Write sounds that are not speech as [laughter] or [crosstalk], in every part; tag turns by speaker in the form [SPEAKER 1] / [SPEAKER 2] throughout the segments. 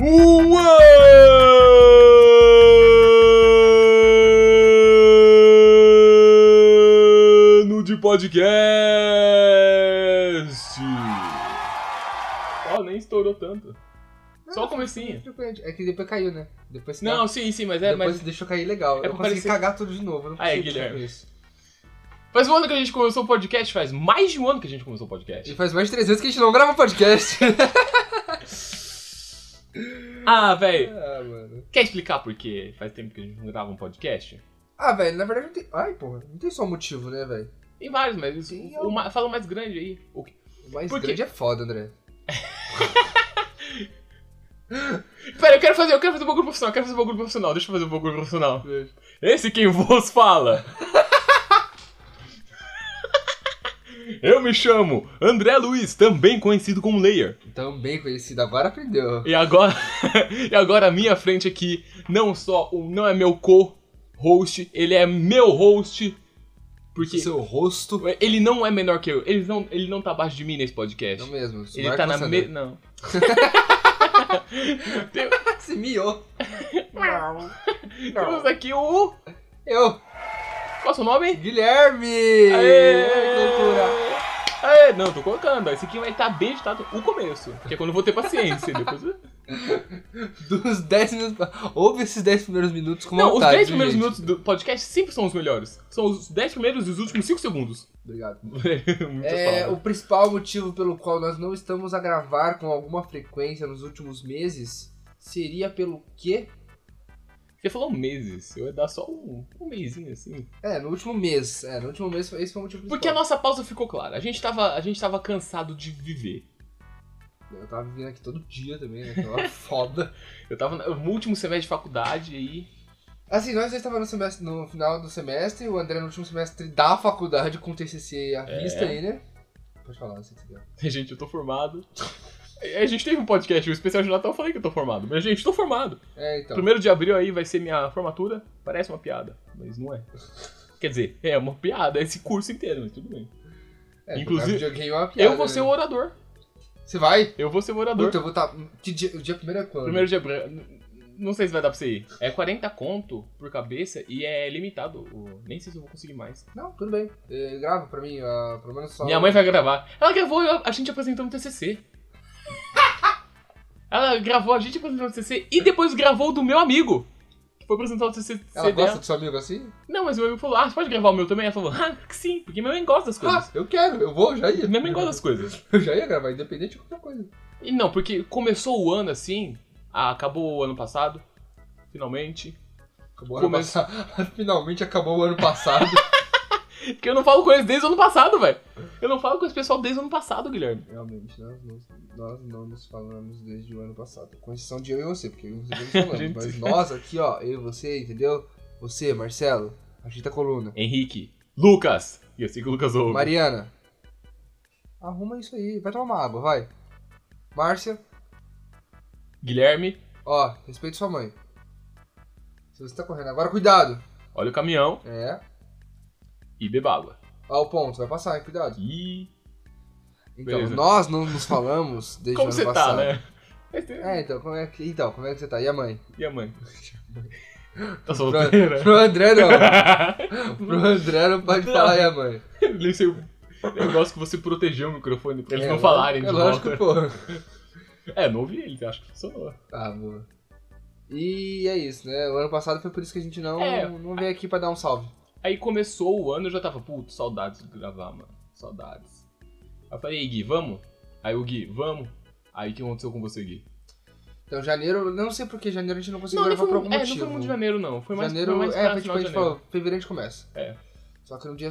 [SPEAKER 1] Um O ano de podcast! Ó, nem estourou tanto. Só o comecinho.
[SPEAKER 2] Surpreende. É que depois caiu, né? Depois
[SPEAKER 1] Não, sim, sim, mas é.
[SPEAKER 2] depois
[SPEAKER 1] Mas
[SPEAKER 2] deixou cair legal.
[SPEAKER 1] É pra
[SPEAKER 2] eu consegui
[SPEAKER 1] parecer-
[SPEAKER 2] cagar tudo de novo. eu não
[SPEAKER 1] Aí,
[SPEAKER 2] consigo
[SPEAKER 1] Guilherme.
[SPEAKER 2] fazer Isso.
[SPEAKER 1] faz um ano que a gente começou o podcast, faz mais de um ano que a gente começou o
[SPEAKER 2] E
[SPEAKER 1] podcast.
[SPEAKER 2] faz mais de 300 que a gente não grava
[SPEAKER 1] [laughs]
[SPEAKER 2] podcast.
[SPEAKER 1] Ah, velho,
[SPEAKER 2] [laughs] ah, mano.
[SPEAKER 1] quer explicar por que faz tempo que a gente não grava um podcast?
[SPEAKER 2] Ah, velho, na verdade não tem. Ai, porra, não tem só um motivo, né, velho?
[SPEAKER 1] Tem vários, mas isso-
[SPEAKER 2] Sim,
[SPEAKER 1] o, ma- fala o mais grande aí. O que-
[SPEAKER 2] O mais
[SPEAKER 1] Por quê?
[SPEAKER 2] grande é foda, André.
[SPEAKER 1] Pera, eu quero fazer, eu quero fazer um bagulho profissional, eu quero fazer um bagulho profissional, deixa eu fazer um bagulho profissional. Esse quem vos fala. [laughs] Eu me chamo André Luiz, também conhecido como Layer.
[SPEAKER 2] Também Então, conhecido, agora aprendeu.
[SPEAKER 1] E agora, [laughs] e agora à minha frente aqui, não só o não é meu co-host, ele é meu host, porque
[SPEAKER 2] Seu rosto.
[SPEAKER 1] ele não é menor que eu. Ele não, ele não tá abaixo de mim nesse podcast.
[SPEAKER 2] Não É mesmo. sou
[SPEAKER 1] ele
[SPEAKER 2] maior
[SPEAKER 1] tá
[SPEAKER 2] que
[SPEAKER 1] na
[SPEAKER 2] você,
[SPEAKER 1] me...
[SPEAKER 2] [laughs] André.
[SPEAKER 1] não.
[SPEAKER 2] Ah, Se miou.
[SPEAKER 1] [laughs] Temos aqui o
[SPEAKER 2] Eu,
[SPEAKER 1] qual é o seu nome?
[SPEAKER 2] Guilherme!
[SPEAKER 1] Aê!
[SPEAKER 2] Que loucura!
[SPEAKER 1] Aê, não, tô colocando. Esse aqui vai estar bem editado o começo. Que é quando eu vou ter paciência. Depois...
[SPEAKER 2] Dos 10 minutos. Houve esses 10 primeiros minutos com
[SPEAKER 1] Não, os
[SPEAKER 2] vontade,
[SPEAKER 1] 10
[SPEAKER 2] viu,
[SPEAKER 1] primeiros
[SPEAKER 2] gente?
[SPEAKER 1] minutos do podcast sempre são os melhores. São os 10 primeiros e os últimos 5 segundos. [laughs]
[SPEAKER 2] Obrigado.
[SPEAKER 1] Muita
[SPEAKER 2] É,
[SPEAKER 1] fala.
[SPEAKER 2] o principal motivo pelo qual nós não estamos a gravar com alguma frequência nos últimos meses seria pelo quê?
[SPEAKER 1] Você falou meses. Eu ia dar só um, um mêsinho assim.
[SPEAKER 2] É, no último mês. É, no último mês foi- esse foi o motivo
[SPEAKER 1] Porque
[SPEAKER 2] principal.
[SPEAKER 1] a nossa pausa ficou clara. A gente tava, a gente tava cansado de viver.
[SPEAKER 2] Eu tava vivendo aqui todo dia também, né? Que hora [laughs] foda.
[SPEAKER 1] Eu tava no último semestre de faculdade e. [laughs]
[SPEAKER 2] Assim, nós dois estávamos no, semestre- no final do semestre, o André no último semestre da faculdade com o TCC à
[SPEAKER 1] É.
[SPEAKER 2] vista aí, né? Pode falar, se quiser.
[SPEAKER 1] Gente, eu tô formado. [laughs] A gente teve um podcast, o especial de Natal, eu falei que eu tô formado. Mas, gente, tô formado.
[SPEAKER 2] É, então.
[SPEAKER 1] Primeiro de abril aí vai ser minha formatura. Parece uma piada, mas não é. Quer dizer, é uma piada, é esse curso inteiro, mas tudo bem.
[SPEAKER 2] É,
[SPEAKER 1] Inclusive,
[SPEAKER 2] videogame é uma piada,
[SPEAKER 1] eu vou ser
[SPEAKER 2] né?
[SPEAKER 1] o orador.
[SPEAKER 2] Você vai?
[SPEAKER 1] Eu vou ser o orador.
[SPEAKER 2] Puta, eu vou estar. Que dia, o dia primeiro é quando?
[SPEAKER 1] Primeiro de abril. n- Não sei se vai dar pra você ir. É 40 conto por cabeça e é limitado. o- Nem sei se eu vou conseguir mais.
[SPEAKER 2] Não, tudo bem. Eh, grava pra mim, ah, pelo menos só.
[SPEAKER 1] Minha mãe vai gravar. Ela gravou eu- a gente apresentando o TCC. [laughs] Ela gravou a gente apresentando o TCC e depois gravou o do meu amigo. Que foi apresentar o TCC
[SPEAKER 2] Ela
[SPEAKER 1] dela.
[SPEAKER 2] gosta do seu amigo assim?
[SPEAKER 1] Não, mas meu amigo falou, ah, você pode gravar o meu também? Ela falou, ah, que sim, porque minha mãe gosta das coisas.
[SPEAKER 2] Ah, eu quero, eu vou, já ia.
[SPEAKER 1] Minha mãe gosta das coisas.
[SPEAKER 2] Eu já ia gravar, independente de qualquer coisa.
[SPEAKER 1] E não, porque começou o ano assim, ah, acabou o ano passado, finalmente.
[SPEAKER 2] Acabou o ano
[SPEAKER 1] Começo.
[SPEAKER 2] passado. [laughs] Finalmente acabou o ano passado.
[SPEAKER 1] Porque eu não falo com eles desde o ano passado, velho. Eu não falo com esse pessoal desde o ano passado, Guilherme.
[SPEAKER 2] [laughs] Realmente, nós, não- nós não nos falamos desde o ano passado. Com exceção de eu e você, porque eu e você [laughs] não nos falamos.
[SPEAKER 1] Gente.
[SPEAKER 2] Mas nós aqui, ó, eu e você, entendeu? Você, Marcelo, ajeita a coluna.
[SPEAKER 1] Henrique, Lucas, e eu sei que o Lucas ouve.
[SPEAKER 2] Mariana, arruma isso aí. Vai tomar uma água, vai. Márcia,
[SPEAKER 1] Guilherme,
[SPEAKER 2] ó, respeita sua mãe. Se você tá correndo agora, cuidado.
[SPEAKER 1] olha o caminhão
[SPEAKER 2] É.
[SPEAKER 1] e beba água.
[SPEAKER 2] Ó, o ponto, vai passar, hein? Cuidado.
[SPEAKER 1] E...
[SPEAKER 2] Então,
[SPEAKER 1] Beleza.
[SPEAKER 2] nós não
[SPEAKER 1] [laughs]
[SPEAKER 2] nos falamos desde
[SPEAKER 1] Como
[SPEAKER 2] o ano
[SPEAKER 1] você tá,
[SPEAKER 2] passado.
[SPEAKER 1] né?
[SPEAKER 2] É, então como é, que, então, como é que você tá? E a
[SPEAKER 1] [laughs]
[SPEAKER 2] mãe?
[SPEAKER 1] E a
[SPEAKER 2] [laughs]
[SPEAKER 1] mãe? Tá
[SPEAKER 2] Pro,
[SPEAKER 1] solteira?
[SPEAKER 2] pro
[SPEAKER 1] [laughs]
[SPEAKER 2] André não. Pro André não pode falar e a mãe.
[SPEAKER 1] Ele se- Eu gosto que você protegeu o microfone pra eles
[SPEAKER 2] É,
[SPEAKER 1] não falarem
[SPEAKER 2] É
[SPEAKER 1] de
[SPEAKER 2] lógico,
[SPEAKER 1] volta.
[SPEAKER 2] pô.
[SPEAKER 1] É, não ouvi ele, acho que funcionou.
[SPEAKER 2] Tá, boa. E é isso, né? O ano passado foi por isso que a gente não,
[SPEAKER 1] É.
[SPEAKER 2] não veio aqui pra dar um salve.
[SPEAKER 1] Aí começou o ano, eu já tava, puto, saudades de gravar, mano. Saudades. Aí eu falei, "Ei, Gui, vamos? Aí o Gui, vamos? Aí o que aconteceu com você, Gui?
[SPEAKER 2] Então, janeiro, eu não sei por que janeiro a gente não conseguiu
[SPEAKER 1] não
[SPEAKER 2] gravar
[SPEAKER 1] foi,
[SPEAKER 2] por algum
[SPEAKER 1] é,
[SPEAKER 2] motivo.
[SPEAKER 1] não foi muito de janeiro, não. Foi mais,
[SPEAKER 2] janeiro,
[SPEAKER 1] foi mais
[SPEAKER 2] é,
[SPEAKER 1] pra
[SPEAKER 2] foi tipo,
[SPEAKER 1] final
[SPEAKER 2] a
[SPEAKER 1] de
[SPEAKER 2] gente
[SPEAKER 1] janeiro.
[SPEAKER 2] falou, fevereiro a gente começa.
[SPEAKER 1] É.
[SPEAKER 2] Só que no dia...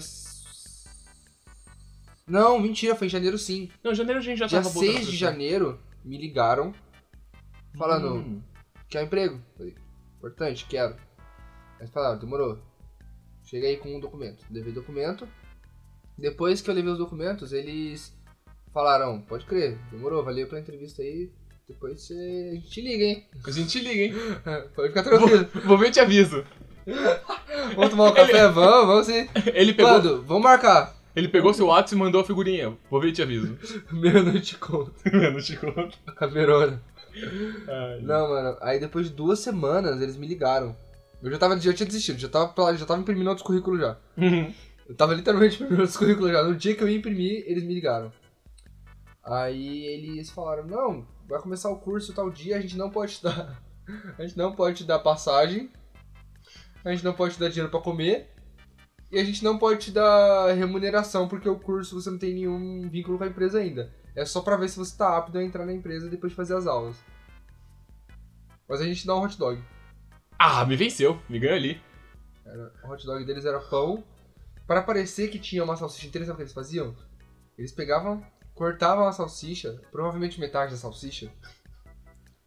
[SPEAKER 2] Não, mentira, foi em janeiro sim.
[SPEAKER 1] Não, janeiro a gente já
[SPEAKER 2] Dia
[SPEAKER 1] tava botando
[SPEAKER 2] 6 de
[SPEAKER 1] pra-
[SPEAKER 2] janeiro, me ligaram falando,
[SPEAKER 1] Hum.
[SPEAKER 2] quer emprego? Falei, importante, quero. Mas falaram, demorou. Cheguei com um documento. Levei documento. Depois que eu levei os documentos, eles falaram, pode crer, demorou, valeu pela entrevista aí. Depois você... a gente te liga, hein? [laughs]
[SPEAKER 1] A gente liga, hein? [laughs]
[SPEAKER 2] pode ficar tranquilo.
[SPEAKER 1] Vou ver te aviso.
[SPEAKER 2] Vamos tomar um [laughs] café, vamos, vamos sim.
[SPEAKER 1] Ele pegou,
[SPEAKER 2] Quando? Vamos marcar.
[SPEAKER 1] ele pegou seu WhatsApp e mandou a figurinha. Vou ver te aviso.
[SPEAKER 2] [laughs]
[SPEAKER 1] [laughs]
[SPEAKER 2] Meia-noite conto.
[SPEAKER 1] Mano, te conto.
[SPEAKER 2] Caveirona.
[SPEAKER 1] Ai,
[SPEAKER 2] Não, mano. Aí depois de duas semanas eles me ligaram. Eu já tava, já tinha desistido, já tava, pra- já tava imprimindo outros currículos já. Eu tava literalmente [laughs] imprimindo outros currículos já. No dia que eu ia imprimir, eles me ligaram. Aí eles falaram, não, vai começar o curso tal dia, a gente não pode te dar. [laughs] A gente não pode te dar passagem, a gente não pode te dar dinheiro pra comer, e a gente não pode te dar remuneração, porque o curso você não tem nenhum vínculo com a empresa ainda. É só pra ver se você tá apto a entrar na empresa depois de fazer as aulas. Mas a gente dá um hot dog.
[SPEAKER 1] Ah, me venceu, me ganhou ali.
[SPEAKER 2] O hot dog deles era pão. Pra parecer que tinha uma salsicha inteira, sabe o que eles faziam? Eles pegavam, cortavam a salsicha, provavelmente metade da salsicha,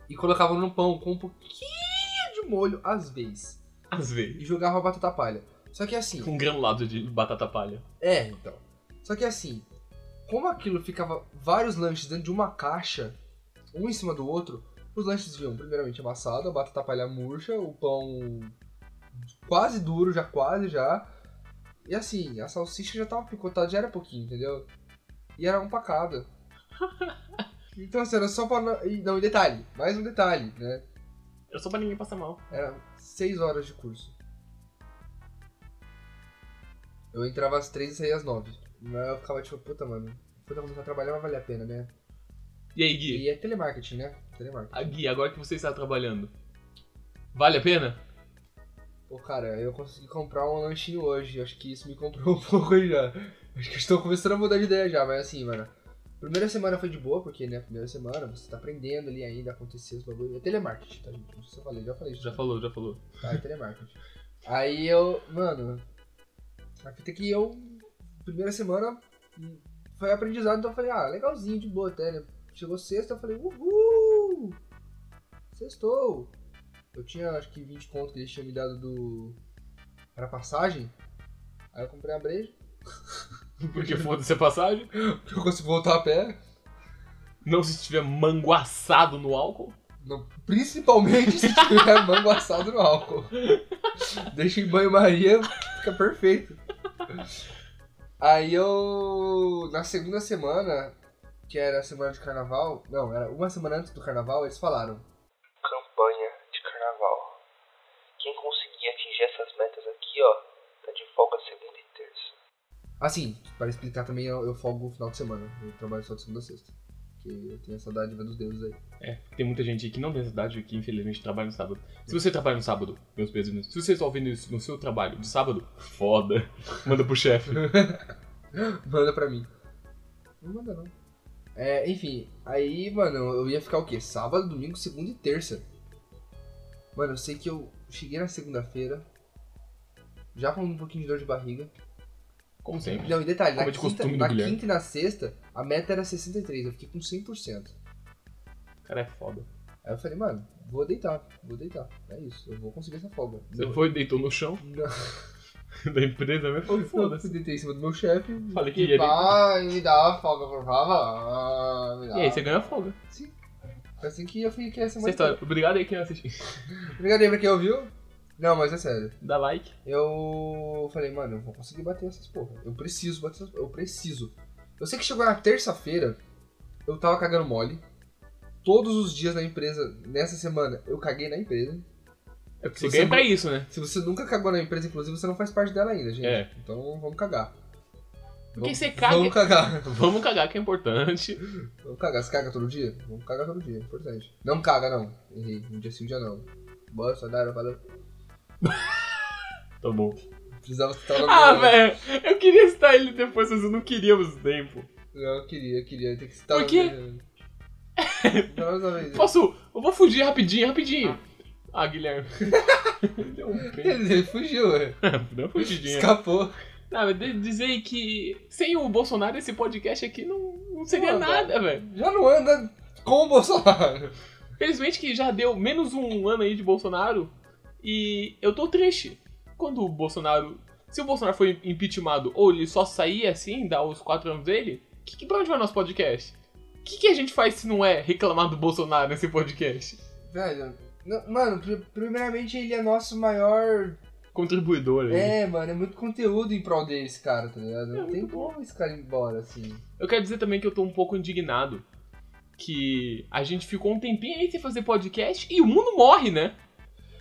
[SPEAKER 2] e colocavam no pão com um pouquinho de molho às vezes.
[SPEAKER 1] Às vezes.
[SPEAKER 2] E jogavam a batata palha. Só que assim.
[SPEAKER 1] Com um granulado de batata palha.
[SPEAKER 2] É, então. Só que assim, como aquilo ficava vários lanches dentro de uma caixa, um em cima do outro, os lanches vinham primeiramente amassado, a batata palha murcha, o pão quase duro, já quase já. E assim, a salsicha já tava picotada, já era pouquinho, entendeu? E era um pra cada. Então assim, era só pra. Não, e não, e detalhe, mais um detalhe, né?
[SPEAKER 1] Era só pra ninguém passar mal.
[SPEAKER 2] Era seis horas de curso. Eu entrava às três e saía às nove. Mas eu ficava tipo, puta, mano. Quando eu começar a trabalhar, vai valer a pena, né?
[SPEAKER 1] E aí, Gui?
[SPEAKER 2] E é telemarketing, né? Telemarketing.
[SPEAKER 1] Ah, Gui, agora que você está trabalhando, vale a pena?
[SPEAKER 2] Pô, cara, eu consegui comprar um lanchinho hoje. Acho que isso me comprou [laughs] um pouco aí já. Acho que eu estou começando a mudar de ideia já, mas assim, mano. Primeira semana foi de boa, porque, né? Primeira semana você tá aprendendo ali ainda, acontecer os bagulhos. É telemarketing, tá, gente? Não sei se eu falei, já falei isso.
[SPEAKER 1] Já falou, já falou. [laughs]
[SPEAKER 2] Tá, é telemarketing. Aí eu, mano, a fita é que eu, primeira semana, foi aprendizado, então eu falei, ah, legalzinho, de boa até, né? Chegou sexta, eu falei, uhul! Sextou! Eu tinha, acho que 20 conto que eles tinham me dado do... Era passagem? Aí eu comprei a breja, [laughs]
[SPEAKER 1] Porque foda-se a passagem.
[SPEAKER 2] porque eu consegui voltar a pé.
[SPEAKER 1] Não se estiver manguaçado no álcool.
[SPEAKER 2] Não, principalmente se tiver [laughs] mango assado no álcool. Deixa em banho-maria, fica perfeito. Aí eu. Na segunda semana, que era a semana de carnaval, não, era uma semana antes do carnaval, eles falaram.
[SPEAKER 3] campanha de carnaval. Quem conseguir atingir essas metas aqui, ó, tá de folga segunda e terça.
[SPEAKER 2] Assim, para explicar também, eu, eu folgo no final de semana. Eu trabalho só de segunda a sexta. Porque eu tenho a saudade de ver dos deuses aí.
[SPEAKER 1] É, tem muita gente aí que não tem cidade e que infelizmente trabalha no sábado. Se você trabalha no sábado, meus pesos, se você está ouvindo isso no seu trabalho de sábado, foda. [laughs] Manda pro chefe.
[SPEAKER 2] Manda pra mim. Não manda não. É, enfim, aí, mano, eu ia ficar o quê? Sábado, domingo, segunda e terça. Mano, eu sei que eu cheguei na segunda-feira, já com um pouquinho de dor de barriga.
[SPEAKER 1] Como sempre.
[SPEAKER 2] Não, e detalhe, na,
[SPEAKER 1] Como é de
[SPEAKER 2] quinta,
[SPEAKER 1] costume do
[SPEAKER 2] na
[SPEAKER 1] Guilherme.
[SPEAKER 2] quinta e na sexta, a meta era 63, eu fiquei com 100%.
[SPEAKER 1] Cara, é foda.
[SPEAKER 2] Aí eu falei, mano, vou deitar, vou deitar. É isso, eu vou conseguir essa folga.
[SPEAKER 1] Você
[SPEAKER 2] Não-
[SPEAKER 1] foi, deitou no chão [laughs]
[SPEAKER 2] Não,
[SPEAKER 1] da empresa, mas foi
[SPEAKER 2] [laughs] eu
[SPEAKER 1] foda.
[SPEAKER 2] fui deitei em cima do meu chefe.
[SPEAKER 1] Falei que é ia
[SPEAKER 2] Vai, me dá a folga, por favor. me dá.
[SPEAKER 1] E aí, você ganha a folga.
[SPEAKER 2] Foi assim que eu fiquei essa
[SPEAKER 1] Essa história. Obrigado aí quem assistiu.
[SPEAKER 2] Obrigado aí pra quem ouviu. Não, mas é sério.
[SPEAKER 1] Dá like.
[SPEAKER 2] Eu falei, mano, eu vou conseguir bater essas porra. Eu preciso bater essas Eu preciso. Eu sei que chegou na terça-feira, eu tava cagando mole. Todos os dias na empresa, nessa semana, eu caguei na empresa.
[SPEAKER 1] É porque você
[SPEAKER 2] Você
[SPEAKER 1] ganha
[SPEAKER 2] não-
[SPEAKER 1] pra isso, né?
[SPEAKER 2] Se você nunca cagou na empresa, inclusive, você não faz parte dela ainda, gente.
[SPEAKER 1] É.
[SPEAKER 2] Então vamos cagar.
[SPEAKER 1] Porque
[SPEAKER 2] Vamos-
[SPEAKER 1] você caga-
[SPEAKER 2] Vamos cagar. [laughs]
[SPEAKER 1] Vamos cagar que é importante.
[SPEAKER 2] Vamos cagar. Você caga todo dia? Vamos cagar todo dia, é importante. Não caga, não. Errei. Um dia sim, um dia não. Boa, saudável, valeu.
[SPEAKER 1] Tá bom.
[SPEAKER 2] Precisava citar o nome
[SPEAKER 1] Ah,
[SPEAKER 2] dela, né?
[SPEAKER 1] velho, eu queria citar ele depois, mas eu não queríamos tempo.
[SPEAKER 2] Não, eu queria, eu queria. Tem que citar
[SPEAKER 1] Por quê?
[SPEAKER 2] [laughs] Não, não, não.
[SPEAKER 1] Posso? Eu vou fugir rapidinho, rapidinho. Ah, [laughs] Guilherme. Deu um pé.
[SPEAKER 2] Ele fugiu, ué.
[SPEAKER 1] Deu uma fugidinha.
[SPEAKER 2] escapou.
[SPEAKER 1] Não, mas de- dizer que sem o Bolsonaro esse podcast aqui não, não seria
[SPEAKER 2] Pô,
[SPEAKER 1] nada, velho.
[SPEAKER 2] Já não anda com o Bolsonaro.
[SPEAKER 1] Felizmente que já deu menos um ano aí de Bolsonaro e eu tô triste. Quando o Bolsonaro. Se o Bolsonaro foi impeachmentado ou ele só sair assim, dar os quatro anos dele, que, que, pra onde vai nosso podcast? O que, que a gente faz se não é reclamar do Bolsonaro nesse podcast?
[SPEAKER 2] Velho, não- mano, pri- primeiramente ele é nosso maior.
[SPEAKER 1] Contribuidor aí.
[SPEAKER 2] É, mano, é muito conteúdo em prol desse cara, tá ligado? Não
[SPEAKER 1] É,
[SPEAKER 2] tem
[SPEAKER 1] muito bom.
[SPEAKER 2] como esse cara ir embora assim.
[SPEAKER 1] Eu quero dizer também que eu tô um pouco indignado. que a gente ficou um tempinho aí sem fazer podcast e o mundo morre, né?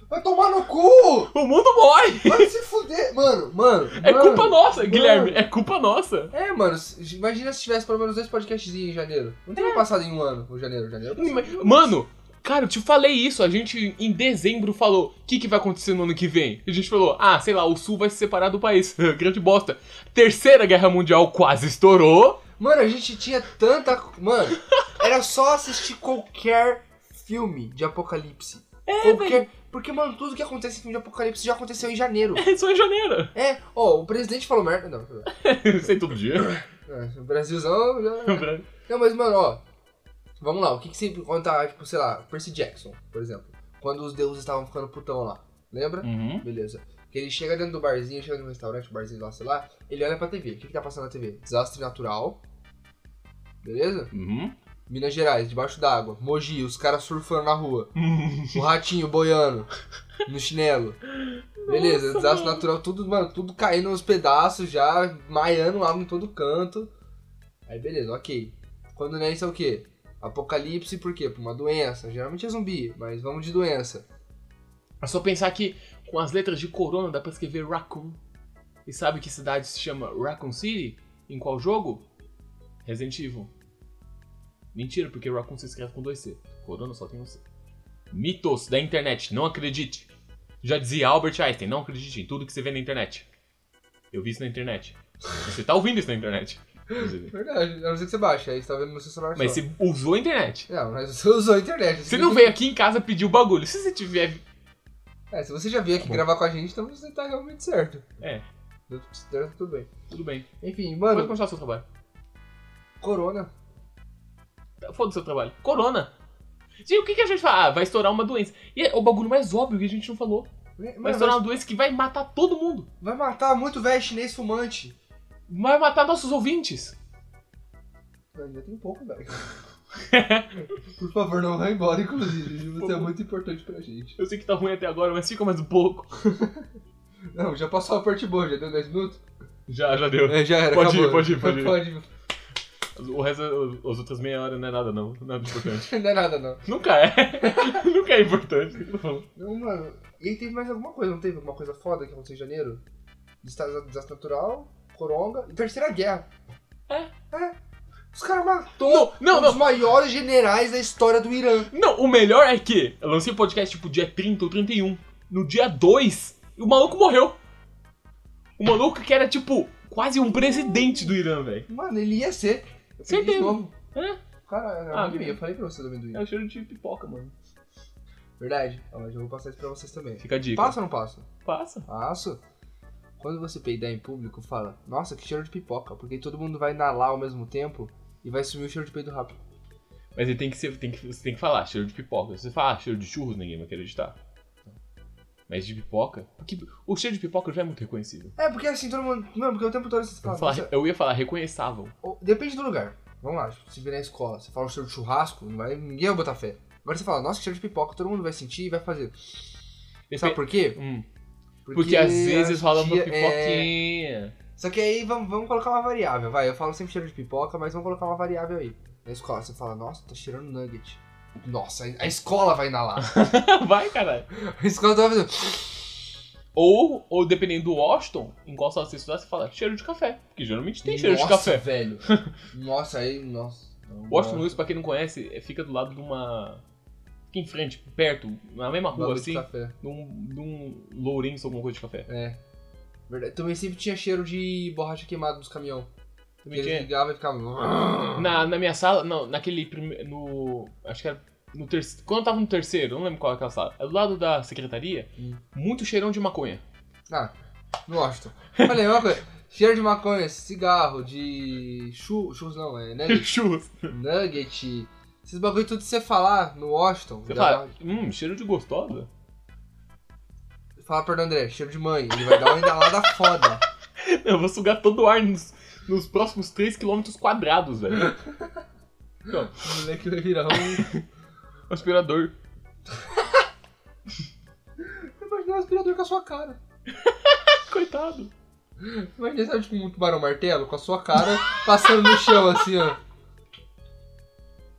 [SPEAKER 2] Vai tomar no cu!
[SPEAKER 1] O mundo morre!
[SPEAKER 2] Vai se fuder! Mano, mano.
[SPEAKER 1] É
[SPEAKER 2] mano.
[SPEAKER 1] culpa nossa, Guilherme, é culpa nossa.
[SPEAKER 2] É, mano, se- imagina se tivesse pelo menos dois podcastzinhos em janeiro. Não
[SPEAKER 1] É.
[SPEAKER 2] teria passado em um ano, o janeiro, janeiro.
[SPEAKER 1] Mano, cara, eu te falei isso, a gente em dezembro falou, o que, que vai acontecer no ano que vem? E a gente falou, ah, sei lá, o Sul vai se separar do país, [laughs] grande bosta. Terceira Guerra Mundial quase estourou.
[SPEAKER 2] Mano, a gente tinha tanta. Mano, era só assistir qualquer filme de apocalipse. É, qualquer. Porque, mano, tudo que acontece em filme de apocalipse já aconteceu em janeiro.
[SPEAKER 1] É só em janeiro.
[SPEAKER 2] É, ó, o presidente falou merda. Não,
[SPEAKER 1] [laughs] Sei todo dia.
[SPEAKER 2] é, o Brasilzão. Já... Não, mas, mano, ó. Vamos lá, o que que sempre conta, tipo, sei lá, Percy Jackson, por exemplo. Quando os deuses estavam ficando putão lá. Lembra?
[SPEAKER 1] uhum.
[SPEAKER 2] Beleza. Que ele chega dentro do barzinho, chega no restaurante, barzinho lá, sei lá. Ele olha pra TV. O que que tá passando na TV? Desastre natural. Beleza?
[SPEAKER 1] Uhum.
[SPEAKER 2] Minas Gerais, debaixo d'água. Mogi, os caras surfando na rua.
[SPEAKER 1] Uhum.
[SPEAKER 2] O ratinho boiando no chinelo. Beleza,
[SPEAKER 1] Nossa,
[SPEAKER 2] desastre
[SPEAKER 1] mano.
[SPEAKER 2] natural, tudo, mano, tudo caindo nos pedaços já, maiando água em todo canto. Aí beleza, ok. Quando não é isso é o quê? Apocalipse por quê? Por uma doença. Geralmente é zumbi, mas vamos de doença.
[SPEAKER 1] É só pensar que com as letras de corona dá pra escrever Raccoon. E sabe que cidade se chama Raccoon City? Em qual jogo? Resident Evil. Mentira, porque Raccoon se escreve com 2C. Corona só tem um C. Mitos da internet, não acredite. Já dizia Albert Einstein, não acredite em tudo que você vê na internet. Eu vi isso na internet. Você tá ouvindo isso na internet. inclusive.
[SPEAKER 2] Verdade, a não ser que você baixa, aí você tá vendo no seu celular
[SPEAKER 1] Mas
[SPEAKER 2] só. É,
[SPEAKER 1] você usou a internet.
[SPEAKER 2] Não, mas você usou a internet.
[SPEAKER 1] Você não veio aqui em casa pedir o bagulho. Se você tiver.
[SPEAKER 2] É, se você já veio aqui
[SPEAKER 1] Tá bom.
[SPEAKER 2] gravar com a gente, então você tá realmente certo.
[SPEAKER 1] É.
[SPEAKER 2] Deu deu tudo bem.
[SPEAKER 1] Tudo bem.
[SPEAKER 2] Enfim,
[SPEAKER 1] Pode
[SPEAKER 2] mano,
[SPEAKER 1] continuar seu trabalho.
[SPEAKER 2] corona.
[SPEAKER 1] Foda o seu trabalho. Corona. Gente, o que, que a gente fala? Ah, vai estourar uma doença. E é o bagulho mais óbvio que a gente não falou.
[SPEAKER 2] Né,
[SPEAKER 1] Vai
[SPEAKER 2] Mano,
[SPEAKER 1] estourar
[SPEAKER 2] vai,
[SPEAKER 1] uma doença que vai matar todo mundo.
[SPEAKER 2] vai matar muito velho chinês fumante.
[SPEAKER 1] Vai matar nossos ouvintes.
[SPEAKER 2] Mano, Ainda tem
[SPEAKER 1] [laughs]
[SPEAKER 2] pouco, velho. Por favor, não vá embora, inclusive. Você é muito importante pra gente.
[SPEAKER 1] Eu sei que tá ruim até agora, mas fica mais um pouco.
[SPEAKER 2] Não, já passou a parte boa, já deu 10 minutos? É,
[SPEAKER 1] Já, já deu.
[SPEAKER 2] já era,
[SPEAKER 1] Pode ir, pode ir,
[SPEAKER 2] [laughs]
[SPEAKER 1] pode ir.
[SPEAKER 2] pode ir.
[SPEAKER 1] O resto, as outras meia hora não é nada, não. Nada importante.
[SPEAKER 2] Não é nada, não.
[SPEAKER 1] [laughs] Nunca é. [laughs] Nunca é importante.
[SPEAKER 2] Não, mano. E aí teve mais alguma coisa, não teve? Alguma coisa foda que aconteceu em janeiro? Desastre desastre natural, coronga e terceira guerra.
[SPEAKER 1] É.
[SPEAKER 2] É. Os caras matou
[SPEAKER 1] Não, não,
[SPEAKER 2] um dos
[SPEAKER 1] não.
[SPEAKER 2] maiores generais da história do Irã.
[SPEAKER 1] Não, o melhor é que eu lancei o podcast tipo dia 30 ou 31. No dia 2, o maluco morreu. O maluco que era tipo quase um presidente do Irã, velho.
[SPEAKER 2] Mano, ele ia ser. Eu peguei
[SPEAKER 1] Certeza.
[SPEAKER 2] de novo.
[SPEAKER 1] É.
[SPEAKER 2] Cara, é
[SPEAKER 1] Ah,
[SPEAKER 2] amendoim.
[SPEAKER 1] Guilherme.
[SPEAKER 2] Eu falei pra você do amendoim.
[SPEAKER 1] É o cheiro de pipoca, mano.
[SPEAKER 2] Verdade. Ó, mas eu vou passar isso pra vocês também.
[SPEAKER 1] Fica a dica.
[SPEAKER 2] Passo ou não passo?
[SPEAKER 1] Passa.
[SPEAKER 2] Passo. Quando você peidar em público, fala, nossa, que cheiro de pipoca, porque todo mundo vai inalar ao mesmo tempo e vai sumir o cheiro de peido rápido.
[SPEAKER 1] Mas ele tem que ser, tem que, você tem que falar cheiro de pipoca. Se você falar ah, cheiro de churros, ninguém vai acreditar. Mas de pipoca? Porque o cheiro de pipoca já é muito reconhecível.
[SPEAKER 2] É, porque assim, todo mundo. Mano, porque o tempo todo você
[SPEAKER 1] Eu,
[SPEAKER 2] fala.
[SPEAKER 1] ia falar-
[SPEAKER 2] "Nossa,
[SPEAKER 1] eu ia falar reconheçável.
[SPEAKER 2] Ou- Depende do lugar. Vamos lá, se vier na escola, você fala o cheiro de churrasco, não vai, ninguém vai botar fé. Agora você fala, nossa, que cheiro de pipoca, todo mundo vai sentir e vai fazer. Sabe por quê?
[SPEAKER 1] Hum, porque, às vezes rola uma
[SPEAKER 2] dia- é,
[SPEAKER 1] pipoquinha.
[SPEAKER 2] Só que aí vamos, vamos colocar uma variável, vai. Eu falo sempre cheiro de pipoca, mas vamos colocar uma variável aí. Na escola, você fala, nossa, tá cheirando nugget. Nossa, a escola vai
[SPEAKER 1] [laughs]
[SPEAKER 2] inalar.
[SPEAKER 1] Vai, caralho.
[SPEAKER 2] A escola tá fazendo.
[SPEAKER 1] Ou, ou dependendo do Washington, em qual sala você estudar, você fala cheiro de café. Porque geralmente tem cheiro de
[SPEAKER 2] Nossa,
[SPEAKER 1] café.
[SPEAKER 2] velho.
[SPEAKER 1] [laughs]
[SPEAKER 2] Nossa, aí, nossa. Não,
[SPEAKER 1] Washington
[SPEAKER 2] mano.
[SPEAKER 1] Luiz, pra quem não conhece, é- fica do lado de uma. Fica em frente, perto, na mesma rua,
[SPEAKER 2] Bagulho de
[SPEAKER 1] assim,
[SPEAKER 2] café.
[SPEAKER 1] de um, de um lourenço, alguma coisa de café.
[SPEAKER 2] É. Verdade. Também sempre tinha cheiro de borracha queimada dos caminhão.
[SPEAKER 1] Também
[SPEAKER 2] Eles
[SPEAKER 1] tinha.
[SPEAKER 2] ligavam e ficavam.
[SPEAKER 1] Na, na minha sala, não, naquele primeiro. No. Acho que era. No terceiro. Quando eu tava no terceiro, não lembro qual é aquela sala. É do lado da secretaria,
[SPEAKER 2] Hum.
[SPEAKER 1] muito cheirão de maconha.
[SPEAKER 2] Ah, no Washington. Olha, uma coisa. Cheiro de maconha, cigarro, de chu- churros não, [laughs]
[SPEAKER 1] [laughs]
[SPEAKER 2] é nugget.
[SPEAKER 1] Churros.
[SPEAKER 2] Nugget. Esses bagulho tudo que você falar no Washington.
[SPEAKER 1] Você
[SPEAKER 2] já
[SPEAKER 1] fala, hum, cheiro de gostosa? [laughs]
[SPEAKER 2] dá- Fala pra André, cheiro de mãe. Ele vai dar uma engalada foda.
[SPEAKER 1] Eu vou sugar todo o ar nos, nos próximos 3 km quadrados,
[SPEAKER 2] [laughs]
[SPEAKER 1] velho.
[SPEAKER 2] [laughs] O moleque vai virar um.
[SPEAKER 1] Um Aspirador.
[SPEAKER 2] Imagina um aspirador com a sua cara.
[SPEAKER 1] Coitado. [laughs]
[SPEAKER 2] Imagina, sabe, tipo, um tubarão martelo com a sua cara passando no chão assim, ó.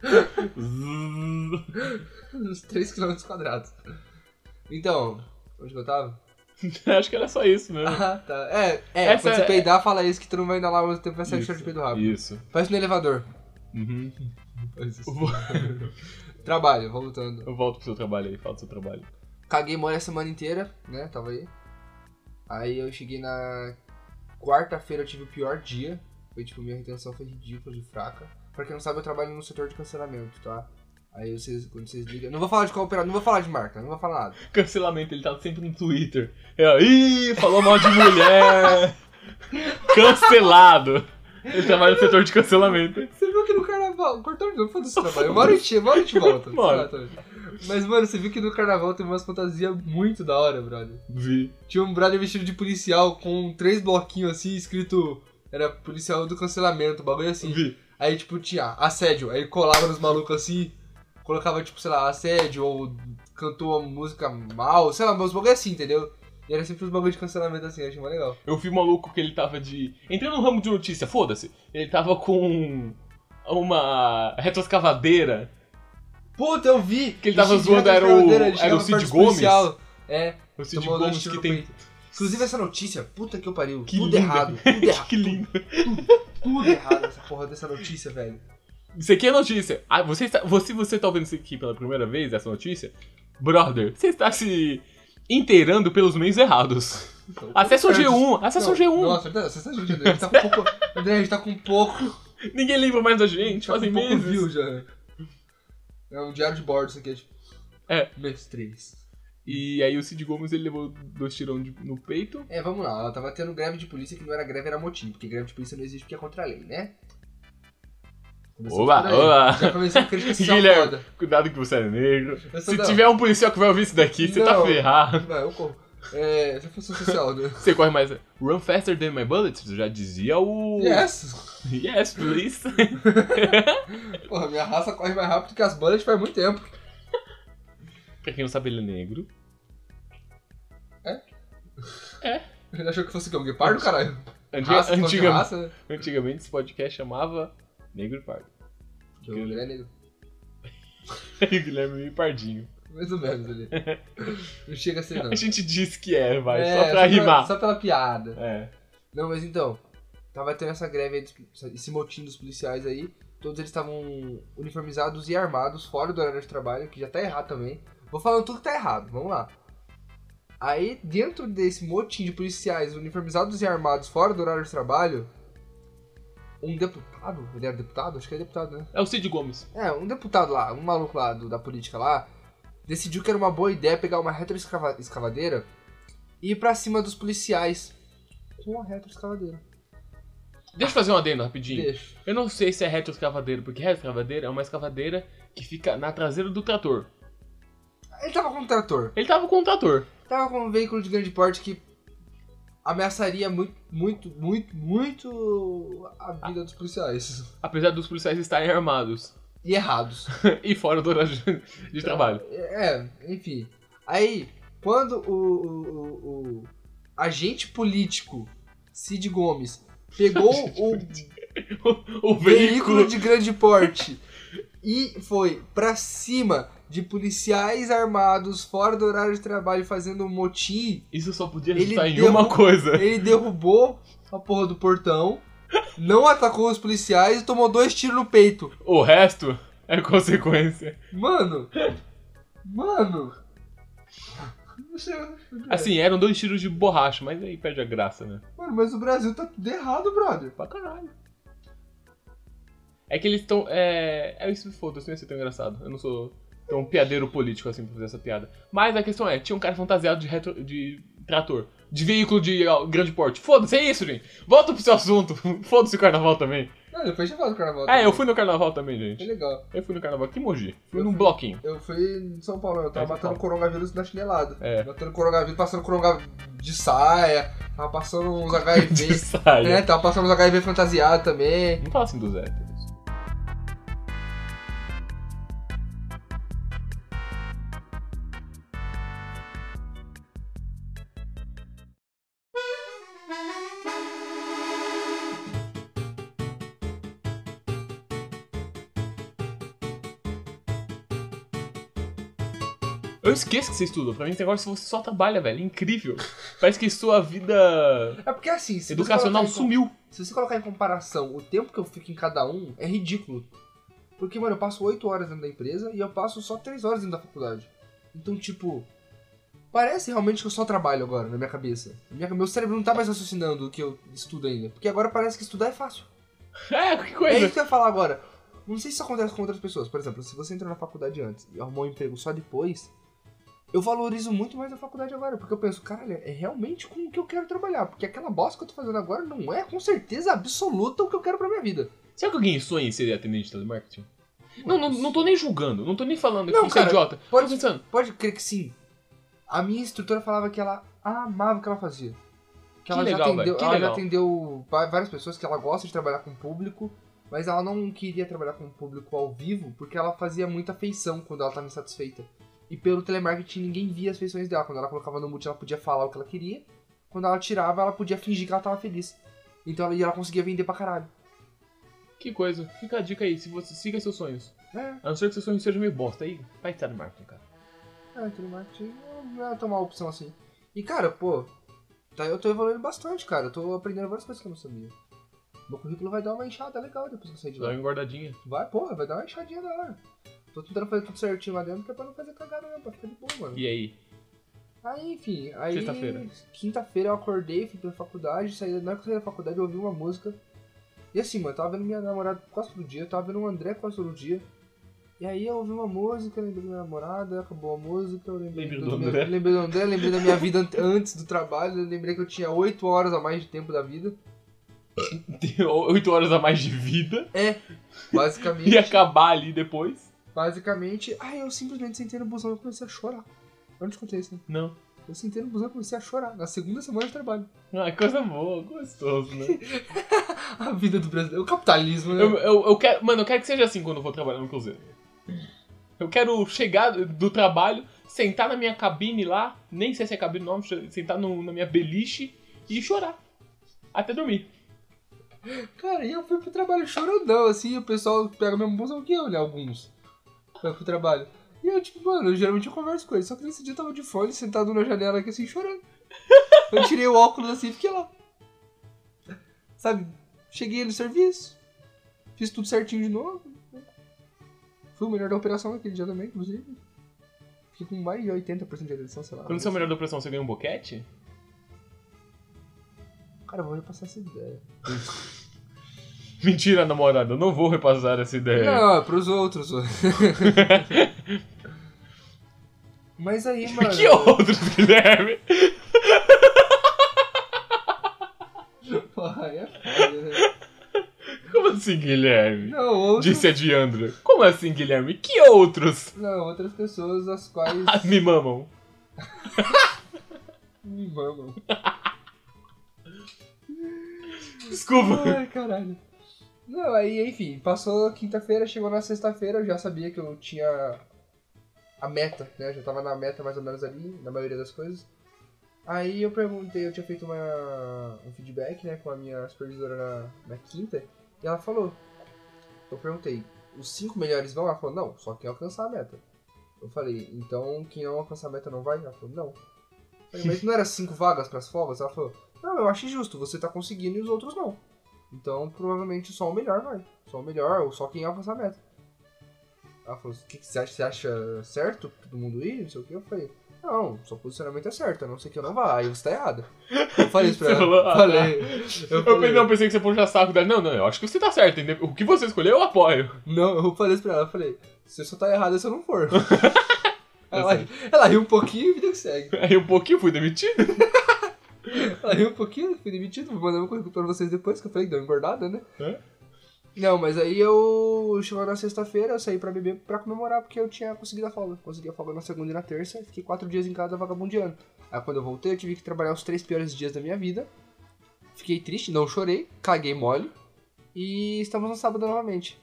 [SPEAKER 1] Zzz.
[SPEAKER 2] Uns 3 km quadrados. Então, onde que eu tava?
[SPEAKER 1] Acho que era só isso mesmo.
[SPEAKER 2] Ah, tá. É, é,
[SPEAKER 1] Essa
[SPEAKER 2] quando você
[SPEAKER 1] é-
[SPEAKER 2] peidar, fala isso que tu não vai inalar ao mesmo tempo, vai sair
[SPEAKER 1] Isso,
[SPEAKER 2] cheiro é de peido rápido.
[SPEAKER 1] Isso.
[SPEAKER 2] Faz isso no elevador.
[SPEAKER 1] Uhum.
[SPEAKER 2] Faz isso.
[SPEAKER 1] Eu vou-
[SPEAKER 2] Trabalho, vou voltando.
[SPEAKER 1] Eu volto pro seu trabalho aí, fala do seu trabalho.
[SPEAKER 2] Caguei mole a semana inteira, né? Tava aí. Aí eu cheguei na quarta-feira, eu tive o pior dia. Foi tipo, minha retenção foi ridícula de fraca. Pra quem não sabe, eu trabalho no setor de cancelamento, tá? Aí vocês, quando vocês ligam. Não vou falar de qual operador, não vou falar de marca, não vou falar nada.
[SPEAKER 1] Cancelamento, ele tá sempre no Twitter. É, ó, Ih, falou mal de
[SPEAKER 2] [laughs]
[SPEAKER 1] mulher. Cancelado. Ele trabalha no setor de cancelamento.
[SPEAKER 2] Você viu que no carnaval. Cortou de novo, foda-se [laughs] o trabalho. Uma hora eu te, uma hora eu te volto.
[SPEAKER 1] Bora.
[SPEAKER 2] Mas, mano, você viu que no carnaval tem umas fantasias muito da hora, brother.
[SPEAKER 1] Vi.
[SPEAKER 2] Tinha um brother vestido de policial com três bloquinhos assim, escrito. Era policial do cancelamento, bagulho assim.
[SPEAKER 1] Vi.
[SPEAKER 2] Aí, tipo, tinha assédio. Aí ele colava nos malucos assim, colocava, tipo, sei lá, assédio ou cantou uma música mal, sei lá, mas os bagulho assim, entendeu? E era sempre os bagulhos de cancelamento assim, eu achei mó legal.
[SPEAKER 1] Eu vi um maluco que ele tava de. Entrando no ramo de notícia, foda-se. Ele tava com uma retroescavadeira.
[SPEAKER 2] Puta, eu vi!
[SPEAKER 1] Que ele tava
[SPEAKER 2] Esse
[SPEAKER 1] zoando,
[SPEAKER 2] dia
[SPEAKER 1] era
[SPEAKER 2] da
[SPEAKER 1] o-
[SPEAKER 2] geladeira, ele
[SPEAKER 1] era o
[SPEAKER 2] chegava
[SPEAKER 1] Cid
[SPEAKER 2] perto dos
[SPEAKER 1] Gomes?
[SPEAKER 2] policial. É,
[SPEAKER 1] O Cid
[SPEAKER 2] tomou dois
[SPEAKER 1] Gomes
[SPEAKER 2] tiros
[SPEAKER 1] que
[SPEAKER 2] no
[SPEAKER 1] tem.
[SPEAKER 2] peito. Inclusive essa notícia, puta que eu pariu,
[SPEAKER 1] Que
[SPEAKER 2] tudo
[SPEAKER 1] linda.
[SPEAKER 2] errado, tudo errado,
[SPEAKER 1] [laughs] que lindo.
[SPEAKER 2] tudo errado essa porra dessa notícia, velho.
[SPEAKER 1] Isso aqui é notícia. Ah, você está, você, você tá ouvindo isso aqui pela primeira vez, essa notícia? Brother, você está se inteirando pelos meios errados.
[SPEAKER 2] Então,
[SPEAKER 1] Acesse o
[SPEAKER 2] certo.
[SPEAKER 1] G1, acesse o
[SPEAKER 2] Não,
[SPEAKER 1] G1.
[SPEAKER 2] Nossa, não, acessa o G1, a gente tá com pouco, André, a gente tá com pouco
[SPEAKER 1] Ninguém lembra mais da
[SPEAKER 2] A
[SPEAKER 1] gente,
[SPEAKER 2] gente tá
[SPEAKER 1] fazem
[SPEAKER 2] com pouco
[SPEAKER 1] meses.
[SPEAKER 2] view já. É um diário de bordo, isso aqui é tipo.
[SPEAKER 1] É.
[SPEAKER 2] Mês 3.
[SPEAKER 1] E aí o Cid Gomes ele levou dois tirão de- no peito.
[SPEAKER 2] É, vamos lá, ela tava tendo greve de polícia que não era greve, era motim, porque greve de polícia não existe porque é contra a lei, né? Começou
[SPEAKER 1] Oba,
[SPEAKER 2] por aí.
[SPEAKER 1] oba.
[SPEAKER 2] Já comecei com crítica social
[SPEAKER 1] Guilherme.
[SPEAKER 2] foda.
[SPEAKER 1] [laughs] Cuidado que você é negro.
[SPEAKER 2] Eu sou
[SPEAKER 1] Se
[SPEAKER 2] da-
[SPEAKER 1] tiver um policial que vai ouvir isso daqui, você tá
[SPEAKER 2] Não.
[SPEAKER 1] ferrado.
[SPEAKER 2] [laughs] Vai, eu corro. É, já função social,
[SPEAKER 1] [laughs]
[SPEAKER 2] né?
[SPEAKER 1] Você corre mais. Run faster than my bullets? Já dizia
[SPEAKER 2] É
[SPEAKER 1] o.
[SPEAKER 2] yes!
[SPEAKER 1] Yes, please. [laughs]
[SPEAKER 2] Porra, minha raça corre mais rápido que as bandas faz muito tempo.
[SPEAKER 1] pra quem não sabe, ele é negro.
[SPEAKER 2] Ele achou que fosse o quê? Um guepardo, caralho?
[SPEAKER 1] [laughs] Antiga-
[SPEAKER 2] Raça, falando de
[SPEAKER 1] antiga-
[SPEAKER 2] raça, né?
[SPEAKER 1] antigamente esse podcast chamava Negro e Pardo. [laughs]
[SPEAKER 2] Porque o Guilherme é negro.
[SPEAKER 1] E o Guilherme e Pardinho.
[SPEAKER 2] Mais ou
[SPEAKER 1] [laughs]
[SPEAKER 2] menos ali. Não chega a ser, não.
[SPEAKER 1] A gente disse que é, vai,
[SPEAKER 2] Ah. É,
[SPEAKER 1] só pra rimar.
[SPEAKER 2] Só pela piada.
[SPEAKER 1] É.
[SPEAKER 2] Não, mas então, tava tendo essa greve, aí dos- esse motim dos policiais aí. Todos eles estavam uniformizados e armados, fora do horário de trabalho, que já tá errado também. Vou falando tudo que tá errado, vamos lá. Aí, dentro desse motim de policiais uniformizados e armados, fora do horário de trabalho, um deputado, ele era deputado? Acho que era deputado, né?
[SPEAKER 1] É o Cid Gomes.
[SPEAKER 2] É, um deputado lá, um maluco lá do- da política lá, decidiu que era uma boa ideia pegar uma retroescavadeira e ir pra cima dos policiais com a retroescavadeira.
[SPEAKER 1] Deixa eu fazer um adendo rapidinho.
[SPEAKER 2] Deixa.
[SPEAKER 1] Eu não sei se é retroescavadeira, porque retroescavadeira é uma escavadeira que fica na traseira do trator.
[SPEAKER 2] Ele tava com um trator.
[SPEAKER 1] Ele tava com um trator.
[SPEAKER 2] Tava com um veículo de grande porte que ameaçaria muito, muito, muito, muito a vida dos policiais.
[SPEAKER 1] Apesar dos policiais estarem armados [laughs]
[SPEAKER 2] E errados.
[SPEAKER 1] e fora do horário de- de trabalho.
[SPEAKER 2] É, enfim. Aí, quando o, o- o- o agente político Cid Gomes pegou o
[SPEAKER 1] O
[SPEAKER 2] veículo
[SPEAKER 1] veículo.
[SPEAKER 2] de grande porte e foi pra cima de policiais armados fora do horário de trabalho fazendo um motim,
[SPEAKER 1] Isso só podia
[SPEAKER 2] Ele
[SPEAKER 1] resultar em
[SPEAKER 2] deu- um-
[SPEAKER 1] uma coisa.
[SPEAKER 2] Ele derrubou a porra do portão, não atacou os policiais e tomou dois tiros no peito.
[SPEAKER 1] O resto é consequência.
[SPEAKER 2] Mano! Mano!
[SPEAKER 1] Assim, eram dois tiros de borracha, mas aí perde a graça, né?
[SPEAKER 2] Mano, mas o Brasil tá tudo errado, brother.
[SPEAKER 1] Pra caralho. É que eles estão. É. É isso, foda-se, não ia ser tão engraçado. Eu não sou tão piadeiro político assim pra fazer essa piada. Mas a questão é: tinha um cara fantasiado de, retro- de trator. De veículo de ó, grande porte. Foda-se, é isso, gente. Volta pro seu assunto. [laughs] Foda-se o carnaval também.
[SPEAKER 2] Não, depois já falo do carnaval.
[SPEAKER 1] É,
[SPEAKER 2] também.
[SPEAKER 1] eu fui no carnaval também,
[SPEAKER 2] Foi
[SPEAKER 1] gente.
[SPEAKER 2] legal.
[SPEAKER 1] Eu fui no carnaval aqui em Mogi. Fui
[SPEAKER 2] Eu
[SPEAKER 1] num
[SPEAKER 2] fui.
[SPEAKER 1] bloquinho.
[SPEAKER 2] Eu fui em São Paulo, eu tava
[SPEAKER 1] É, São
[SPEAKER 2] matando coronavírus na chinelada.
[SPEAKER 1] É.
[SPEAKER 2] Matando coronavírus, passando coronavírus de saia, tava
[SPEAKER 1] [laughs]
[SPEAKER 2] passando uns
[SPEAKER 1] De
[SPEAKER 2] HIV.
[SPEAKER 1] saia.
[SPEAKER 2] né? Tava passando uns HIV fantasiado também.
[SPEAKER 1] Não fala assim dos héteros. Eu esqueço que você estuda. Pra mim, esse negócio você só trabalha, velho. É Incrível. Parece que sua vida
[SPEAKER 2] É porque assim, se você
[SPEAKER 1] educacional
[SPEAKER 2] colocar em-
[SPEAKER 1] sumiu.
[SPEAKER 2] Se você colocar em comparação o tempo que eu fico em cada um, é ridículo. Porque, mano, eu passo 8 horas dentro da empresa e eu passo só 3 horas dentro da faculdade. Então, tipo, parece realmente que eu só trabalho agora na minha cabeça. Minha- meu cérebro não tá mais raciocinando o que eu estudo ainda. Porque agora parece que estudar é fácil.
[SPEAKER 1] É, que
[SPEAKER 2] É isso
[SPEAKER 1] coisa.
[SPEAKER 2] que eu ia falar agora. Não sei se isso acontece com outras pessoas. Por exemplo, se você entrou na faculdade antes e arrumou um emprego só depois, eu valorizo muito mais a faculdade agora. Porque eu penso, caralho, é realmente com o que eu quero trabalhar. Porque aquela bosta que eu tô fazendo agora não é com certeza absoluta o que eu quero pra minha vida.
[SPEAKER 1] Será que alguém sonha em ser atendente de telemarketing? Não, não, não tô nem julgando. Não tô nem falando que
[SPEAKER 2] Não,
[SPEAKER 1] você é
[SPEAKER 2] cara,
[SPEAKER 1] idiota.
[SPEAKER 2] pode-
[SPEAKER 1] Tô pensando.
[SPEAKER 2] Pode crer que sim. A minha instrutora falava que ela amava o que ela fazia. Que
[SPEAKER 1] Que
[SPEAKER 2] ela, já,
[SPEAKER 1] legal,
[SPEAKER 2] atendeu,
[SPEAKER 1] velho, que
[SPEAKER 2] ela já
[SPEAKER 1] legal.
[SPEAKER 2] atendeu va- várias pessoas que ela gosta de trabalhar com o público, mas ela não queria trabalhar com o público ao vivo porque ela fazia muita feição quando ela estava insatisfeita. E pelo telemarketing ninguém via as feições dela. Quando ela colocava no mute, ela podia falar o que ela queria. Quando ela tirava, ela podia fingir que ela tava feliz. Então ela, e ela conseguia vender pra caralho.
[SPEAKER 1] Que coisa. Fica a dica aí. Se você siga seus sonhos.
[SPEAKER 2] É,
[SPEAKER 1] A não ser que seus sonhos sejam meio bosta. Aí vai estar no marketing, cara.
[SPEAKER 2] É, telemarketing não é tomar uma opção assim. E cara, pô, tá, eu tô evoluindo bastante, cara. Eu tô aprendendo várias coisas que eu não sabia. Meu currículo vai dar uma enxada legal depois que eu sair de
[SPEAKER 1] Dá uma
[SPEAKER 2] lá.
[SPEAKER 1] engordadinha.
[SPEAKER 2] Vai, porra, vai dar uma enxadinha da hora. Tô tentando fazer tudo certinho lá dentro, que é pra não fazer cagada mesmo, pra ficar de boa, mano.
[SPEAKER 1] E aí? [laughs]
[SPEAKER 2] Aí, enfim, aí.
[SPEAKER 1] Sexta-feira.
[SPEAKER 2] Quinta-feira eu acordei, fui pra faculdade, saí, na hora que eu saí da faculdade eu ouvi uma música. E assim, mano, eu tava vendo minha namorada quase todo dia, eu tava vendo o André quase todo dia. E aí eu ouvi uma música, lembrei da minha namorada, acabou a música, eu lembrei
[SPEAKER 1] Lembrei
[SPEAKER 2] do
[SPEAKER 1] do
[SPEAKER 2] meu-
[SPEAKER 1] André.
[SPEAKER 2] lembrei do André, lembrei da minha vida an- antes do trabalho, eu lembrei que eu tinha 8 horas a mais de tempo da vida.
[SPEAKER 1] Tem Oito horas a mais de vida.
[SPEAKER 2] Basicamente.
[SPEAKER 1] [laughs] E acabar ali depois.
[SPEAKER 2] Basicamente, aí eu simplesmente sentei no busão e comecei a chorar. Eu não te contei isso, né?
[SPEAKER 1] Não.
[SPEAKER 2] Eu sentei no busão e comecei a chorar, na segunda semana de trabalho.
[SPEAKER 1] Ah, coisa boa. Gostoso, né?
[SPEAKER 2] A vida do brasileiro, o capitalismo, né?
[SPEAKER 1] Eu, eu, eu quero, mano, eu quero que seja assim quando eu vou trabalhar no Cruzeiro. Eu quero chegar do trabalho, sentar na minha cabine lá, nem sei se é cabine o nome, sentar no- na minha beliche e chorar. Até dormir.
[SPEAKER 2] Cara, e eu fui pro trabalho chorandão, assim, e o pessoal pega a mesma busão que eu, né? Alguns. Vai pro trabalho. E eu, tipo, mano, eu geralmente eu converso com eles, só que nesse dia eu tava de fone, sentado na janela aqui, assim, chorando. Eu tirei o óculos, assim, e fiquei lá. Sabe, cheguei no serviço, fiz tudo certinho de novo. Fui o melhor da operação naquele dia também, inclusive. Fiquei com mais de 80% de atenção, sei lá.
[SPEAKER 1] Quando você é o melhor da operação, você ganha um boquete? [laughs]
[SPEAKER 2] Cara, eu vou repassar essa ideia.
[SPEAKER 1] Mentira, namorada, eu não vou repassar essa ideia.
[SPEAKER 2] Não, é pros outros. Mas aí, mano.
[SPEAKER 1] Que outros, [laughs] Guilherme?
[SPEAKER 2] Porra, aí é foda, né?
[SPEAKER 1] Como assim, Guilherme?
[SPEAKER 2] Não, outros.
[SPEAKER 1] Disse a Diandra. Como assim, Guilherme? Que outros Ah,
[SPEAKER 2] Não, outras pessoas as quais
[SPEAKER 1] [laughs] me mamam?
[SPEAKER 2] me mamam.
[SPEAKER 1] Desculpa.
[SPEAKER 2] Ai, caralho. Não, aí, enfim, passou quinta-feira, chegou na sexta-feira, eu já sabia que eu tinha a meta, né? Eu já tava na meta mais ou menos ali, na maioria das coisas. Aí eu perguntei, eu tinha feito uma, um feedback, né, com a minha supervisora na, na quinta, e ela falou. Eu perguntei, os cinco melhores vão? Ela falou, não, só quem alcançar a meta. Eu falei, então quem não alcançar a meta não vai? Ela falou, não. Eu falei, mas não era cinco vagas pras folgas? Ela falou, não, eu acho justo, você tá conseguindo e os outros não. Então, provavelmente só o melhor vai. Só o melhor, ou só quem alcançar a meta. Ela falou, o que, que você, acha, você acha certo todo mundo ir? Não sei o que. Eu falei, não, seu posicionamento é certo, a não ser que eu não vá, aí você tá errada. Eu falei isso
[SPEAKER 1] [laughs]
[SPEAKER 2] pra
[SPEAKER 1] Você
[SPEAKER 2] ela.
[SPEAKER 1] falou, ah,
[SPEAKER 2] falei.
[SPEAKER 1] Eu pensei, não, pensei que você puxa saco dela. Não, não, eu acho que você tá certo. entendeu? O que você escolheu, eu apoio.
[SPEAKER 2] Não, eu falei isso pra ela, eu falei, você só tá errada se eu não for.
[SPEAKER 1] [laughs]
[SPEAKER 2] ela, ela riu um pouquinho e vida que
[SPEAKER 1] [laughs]
[SPEAKER 2] segue.
[SPEAKER 1] Aí um pouquinho fui demitido.
[SPEAKER 2] Ela riu um pouquinho, fui demitido, vou mandar meu currículo pra vocês depois, que eu falei que deu uma engordada, né?
[SPEAKER 1] É.
[SPEAKER 2] Não, mas aí eu chegou na sexta-feira, eu saí pra beber pra comemorar, porque eu tinha conseguido a folga. Consegui a folga na segunda e na terça, e fiquei quatro dias em casa vagabundeando. Aí quando eu voltei, eu tive que trabalhar os três piores dias da minha vida. Fiquei triste, não chorei, caguei mole. E estamos no sábado novamente.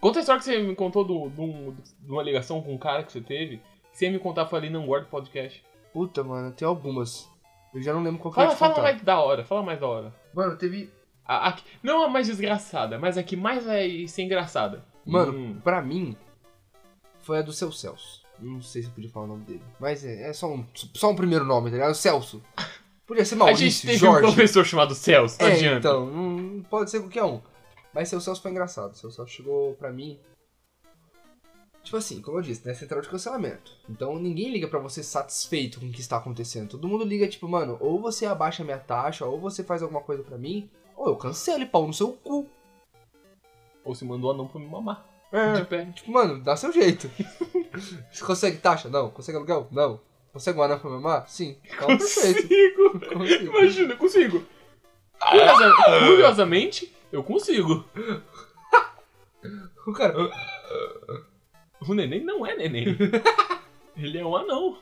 [SPEAKER 1] Conta a história que você me contou do- de um- de uma ligação com um cara que você teve. que Você ia me contar, eu falei, não guarda o podcast.
[SPEAKER 2] Puta, mano, tem algumas. Eu já não lembro qual que eu ia
[SPEAKER 1] Fala,
[SPEAKER 2] te
[SPEAKER 1] fala
[SPEAKER 2] contar.
[SPEAKER 1] mais da hora, fala mais da hora.
[SPEAKER 2] Mano, teve.
[SPEAKER 1] A- a que- não a mais desgraçada, mas a que mais vai ser é engraçada.
[SPEAKER 2] Mano,
[SPEAKER 1] Hum,
[SPEAKER 2] pra mim, foi a do seu Celso. Não sei se eu podia falar o nome dele. Mas é, é só, um, só um primeiro nome, tá ligado? Celso. Podia ser
[SPEAKER 1] [laughs] A
[SPEAKER 2] Maurício,
[SPEAKER 1] gente teve um
[SPEAKER 2] Jorge.
[SPEAKER 1] professor chamado Celso, não
[SPEAKER 2] é,
[SPEAKER 1] adianta.
[SPEAKER 2] então, não pode ser qualquer um. Mas seu Celso foi engraçado. Seu Celso chegou pra mim. Tipo assim, como eu disse, né? Central de cancelamento. Então ninguém liga pra você satisfeito com o que está acontecendo. Todo mundo liga, tipo, mano, ou você abaixa a minha taxa, ou você faz alguma coisa pra mim, ou eu cancelo e pau no seu cu.
[SPEAKER 1] Ou se mandou anão pra me mamar. De pé.
[SPEAKER 2] Tipo, mano, dá seu jeito. [laughs] Você consegue taxa? Não. Consegue aluguel? Não. Consegue guardar pra mamar? Sim. Então, perfeito. assim?
[SPEAKER 1] Consigo.
[SPEAKER 2] [laughs] Consigo.
[SPEAKER 1] Imagina, eu consigo.
[SPEAKER 2] Ah.
[SPEAKER 1] Curiosa- curiosamente, eu consigo.
[SPEAKER 2] O cara.
[SPEAKER 1] O neném não é
[SPEAKER 2] [laughs]
[SPEAKER 1] neném. Ele é um anão.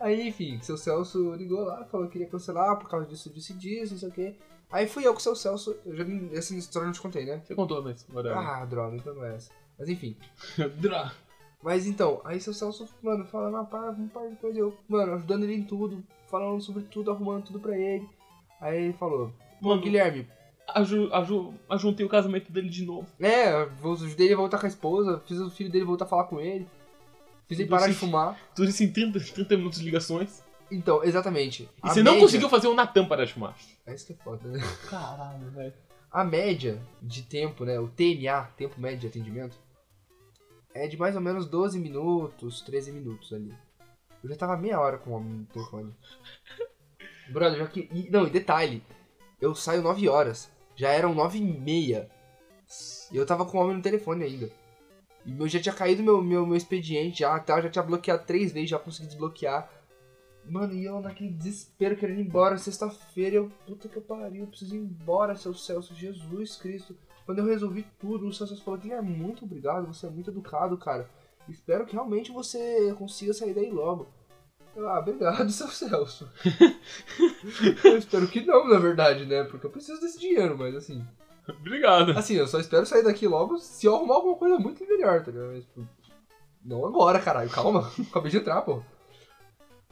[SPEAKER 2] Aí, enfim, seu Celso ligou lá, falou que queria cancelar por causa disso, disso e disso, não sei o quê. Aí fui eu com o seu Celso, eu já, não- essa história eu não te contei, né?
[SPEAKER 1] Você contou, mas agora. um-
[SPEAKER 2] Ah, droga, então não é essa. Mas enfim.
[SPEAKER 1] [laughs] Drá.
[SPEAKER 2] Mas então, aí seu Celso, mano, falando uma par, um par de coisa, eu, mano, ajudando ele em tudo, falando sobre tudo, arrumando tudo pra ele. Aí ele falou, pô,
[SPEAKER 1] Mano,
[SPEAKER 2] Guilherme,
[SPEAKER 1] aju, aju, ajuntei o casamento dele de novo.
[SPEAKER 2] é, eu vou- ajudei ele a voltar com a esposa, fiz o filho dele voltar a falar com ele, fiz ele
[SPEAKER 1] Tudo
[SPEAKER 2] parar de
[SPEAKER 1] isso.
[SPEAKER 2] fumar.
[SPEAKER 1] Tudo isso em 30, 30 minutos de ligações.
[SPEAKER 2] Então, exatamente.
[SPEAKER 1] E
[SPEAKER 2] a
[SPEAKER 1] você não
[SPEAKER 2] média-
[SPEAKER 1] conseguiu fazer o Natan parar de fumar.
[SPEAKER 2] É isso que é foda, né?
[SPEAKER 1] Caralho, velho.
[SPEAKER 2] A média de tempo, né? O TMA, tempo médio de atendimento, é de mais ou menos 12 minutos, 13 minutos ali. Eu já tava meia hora com o homem no telefone. Brother, já que. e- não, e detalhe, eu saio 9 horas. Já eram 9 e meia. E eu tava com o homem no telefone ainda. E eu já tinha caído meu, meu, meu expediente já, tá? Eu já tinha bloqueado três vezes, já consegui desbloquear. Mano, e eu naquele desespero querendo ir embora, sexta-feira, eu, puta que pariu, eu preciso ir embora, seu Celso, Jesus Cristo. Quando eu resolvi tudo, o Celso falou, Guilherme, muito obrigado, você é muito educado, cara. Espero que realmente você consiga sair daí logo. Eu, ah, obrigado, [laughs] seu Celso. eu espero que não, na verdade, né? Porque eu preciso desse dinheiro, mas assim...
[SPEAKER 1] Obrigado.
[SPEAKER 2] Assim, eu só espero sair daqui logo se eu arrumar alguma coisa muito melhor, tá ligado? Mas, tipo, não agora, caralho, calma. [laughs] Acabei de entrar, pô.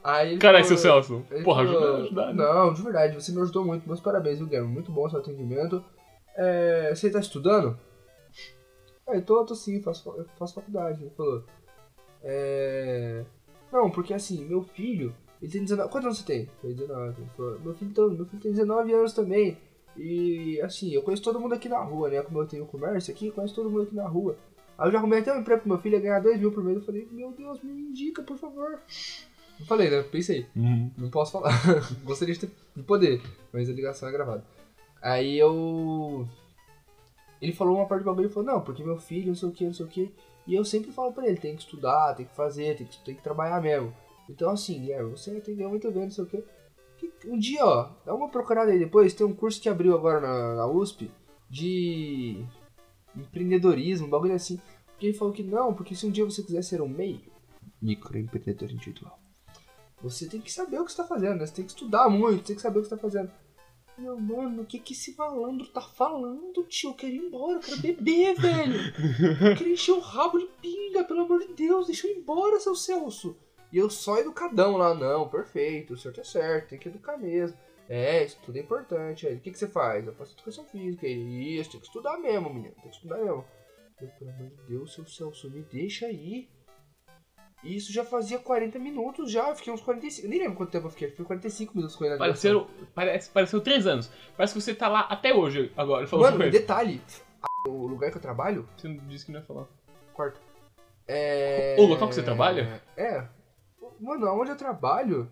[SPEAKER 2] Aí ele
[SPEAKER 1] Caralho, é seu
[SPEAKER 2] falou-
[SPEAKER 1] Celso.
[SPEAKER 2] ele
[SPEAKER 1] Porra,
[SPEAKER 2] falou,
[SPEAKER 1] ajuda ajudar. né?
[SPEAKER 2] Não, de verdade, você me ajudou muito. Meus parabéns, viu, Guilherme? Muito bom seu atendimento. É, você tá estudando? Aí, tô, tô sim, faço, fa- eu faço faculdade. Ele falou. É... Não, porque assim, meu filho, ele tem 19. Quantos anos você tem? Foi 19. Ele falou, meu filho, tam- meu filho tem 19 anos também. E assim, eu conheço todo mundo aqui na rua, né? Como eu tenho comércio aqui, conheço todo mundo aqui na rua. Aí eu já arrumei até um emprego pro meu filho, ia ganhar 2 mil por mês. Eu falei, meu Deus, me indica, por favor. Eu falei, né? Pensei.
[SPEAKER 1] Uhum.
[SPEAKER 2] Não posso falar. [laughs] Gostaria de, ter, de poder, mas a ligação é gravada. Aí eu. Ele falou uma parte do bagulho e falou: Não, porque meu filho, não sei o que, não sei o que. E eu sempre falo pra ele: tem que estudar, tem que fazer, tem que, tem que trabalhar mesmo. Então, assim, Guilherme, você entendeu muito bem, não sei o quê. que. Um dia, ó, dá uma procurada aí depois. Tem um curso que abriu agora na, na USP de empreendedorismo, um bagulho assim. Porque ele falou que não, porque se um dia você quiser ser um MEI, microempreendedor individual você tem que saber o que você tá fazendo, né? Você tem que estudar muito, tem que saber o que você tá fazendo. Meu mano, o que que esse malandro tá falando, tio? Eu quero ir embora, eu quero beber, velho. Eu quero encher o rabo de pinga, pelo amor de Deus, deixa eu ir embora, seu Celso. E eu só educadão lá, não, perfeito, o senhor tá certo, tem que educar mesmo. É, isso tudo é importante. Aí, ele, o que que você faz? Eu faço educação física. Ele, Isso, tem que estudar mesmo, menino, tem que estudar mesmo. Eu, pelo amor de Deus, seu Celso, me deixa aí. E isso já fazia 40 minutos já, eu fiquei uns 45. Eu nem lembro quanto tempo eu fiquei, eu fiquei 45 minutos com ele na ligação.
[SPEAKER 1] Pareceram, parece, pareceu três anos. Parece que você tá lá até hoje agora. Falou
[SPEAKER 2] Mano,
[SPEAKER 1] com
[SPEAKER 2] e
[SPEAKER 1] ele.
[SPEAKER 2] detalhe, o lugar que eu trabalho,
[SPEAKER 1] Você não disse que não ia falar.
[SPEAKER 2] quarto. É.
[SPEAKER 1] O local que você trabalha?
[SPEAKER 2] É. Mano, aonde eu trabalho?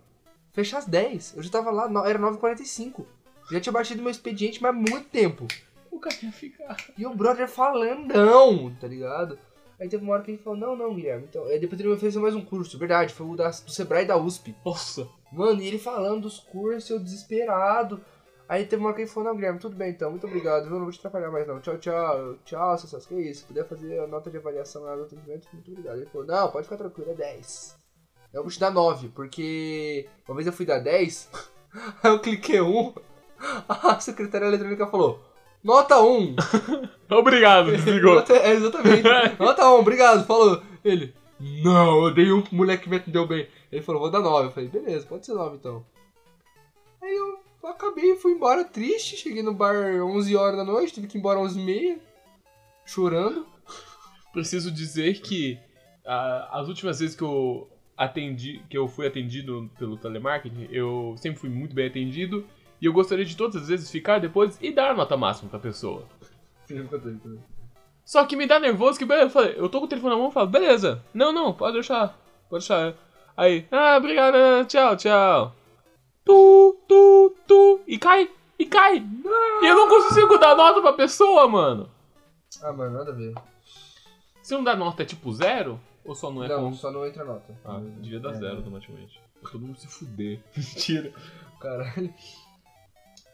[SPEAKER 2] Fecha às 10. Eu já tava lá, no- era 9h45. Já tinha batido meu expediente, mas há muito tempo.
[SPEAKER 1] O cara ia ficar.
[SPEAKER 2] E o brother falando, não, tá ligado? Aí teve uma hora que ele falou, não, não, Guilherme. Então, aí depois ele me ofereceu mais um curso, verdade, foi o da, do Sebrae da USP.
[SPEAKER 1] Nossa.
[SPEAKER 2] Mano, e ele falando dos cursos, eu desesperado. Aí teve uma hora que ele falou, não, Guilherme, tudo bem então, muito obrigado, viu? Não vou te atrapalhar mais não. Tchau, tchau, tchau, seu Celso, que isso? Se puder fazer a nota de avaliação lá do atendimento, muito obrigado. Ele falou, não, pode ficar tranquilo, é 10. Eu vou te dar 9, porque uma vez eu fui dar 10, [laughs] aí eu cliquei 1, [laughs] a secretária eletrônica falou, nota 1.
[SPEAKER 1] Obrigado, desligou.
[SPEAKER 2] Nota- é,
[SPEAKER 1] [laughs]
[SPEAKER 2] exatamente. Nota 1, obrigado. Falou. Ele, não, eu dei um pro moleque que me atendeu bem. Ele falou, vou dar 9. Eu falei, beleza, pode ser 9 então. Aí eu acabei, fui embora triste. Cheguei no bar 11 horas da noite, tive que ir embora 11 h 30 chorando.
[SPEAKER 1] Preciso dizer que a- as últimas vezes que eu atendi, que eu fui atendido pelo telemarketing, eu sempre fui muito bem atendido e eu gostaria de todas as vezes ficar depois e dar a nota máxima pra pessoa.
[SPEAKER 2] Você já contou isso também.
[SPEAKER 1] Só que me dá nervoso que beleza, eu falei, eu tô com o telefone na mão e falo, beleza, não, não, pode deixar, pode deixar. Aí, ah, obrigado, ah, tchau, tchau. Tu, tu, tu, e cai, e cai. E eu não consigo dar nota pra pessoa, mano.
[SPEAKER 2] Ah, mano, nada a ver.
[SPEAKER 1] Se não dá nota é tipo zero? Ou só não é
[SPEAKER 2] Não,
[SPEAKER 1] com-
[SPEAKER 2] só não entra nota.
[SPEAKER 1] Ah, devia dar
[SPEAKER 2] É,
[SPEAKER 1] zero automaticamente. Pra todo mundo se fuder. [laughs] Mentira.
[SPEAKER 2] Caralho.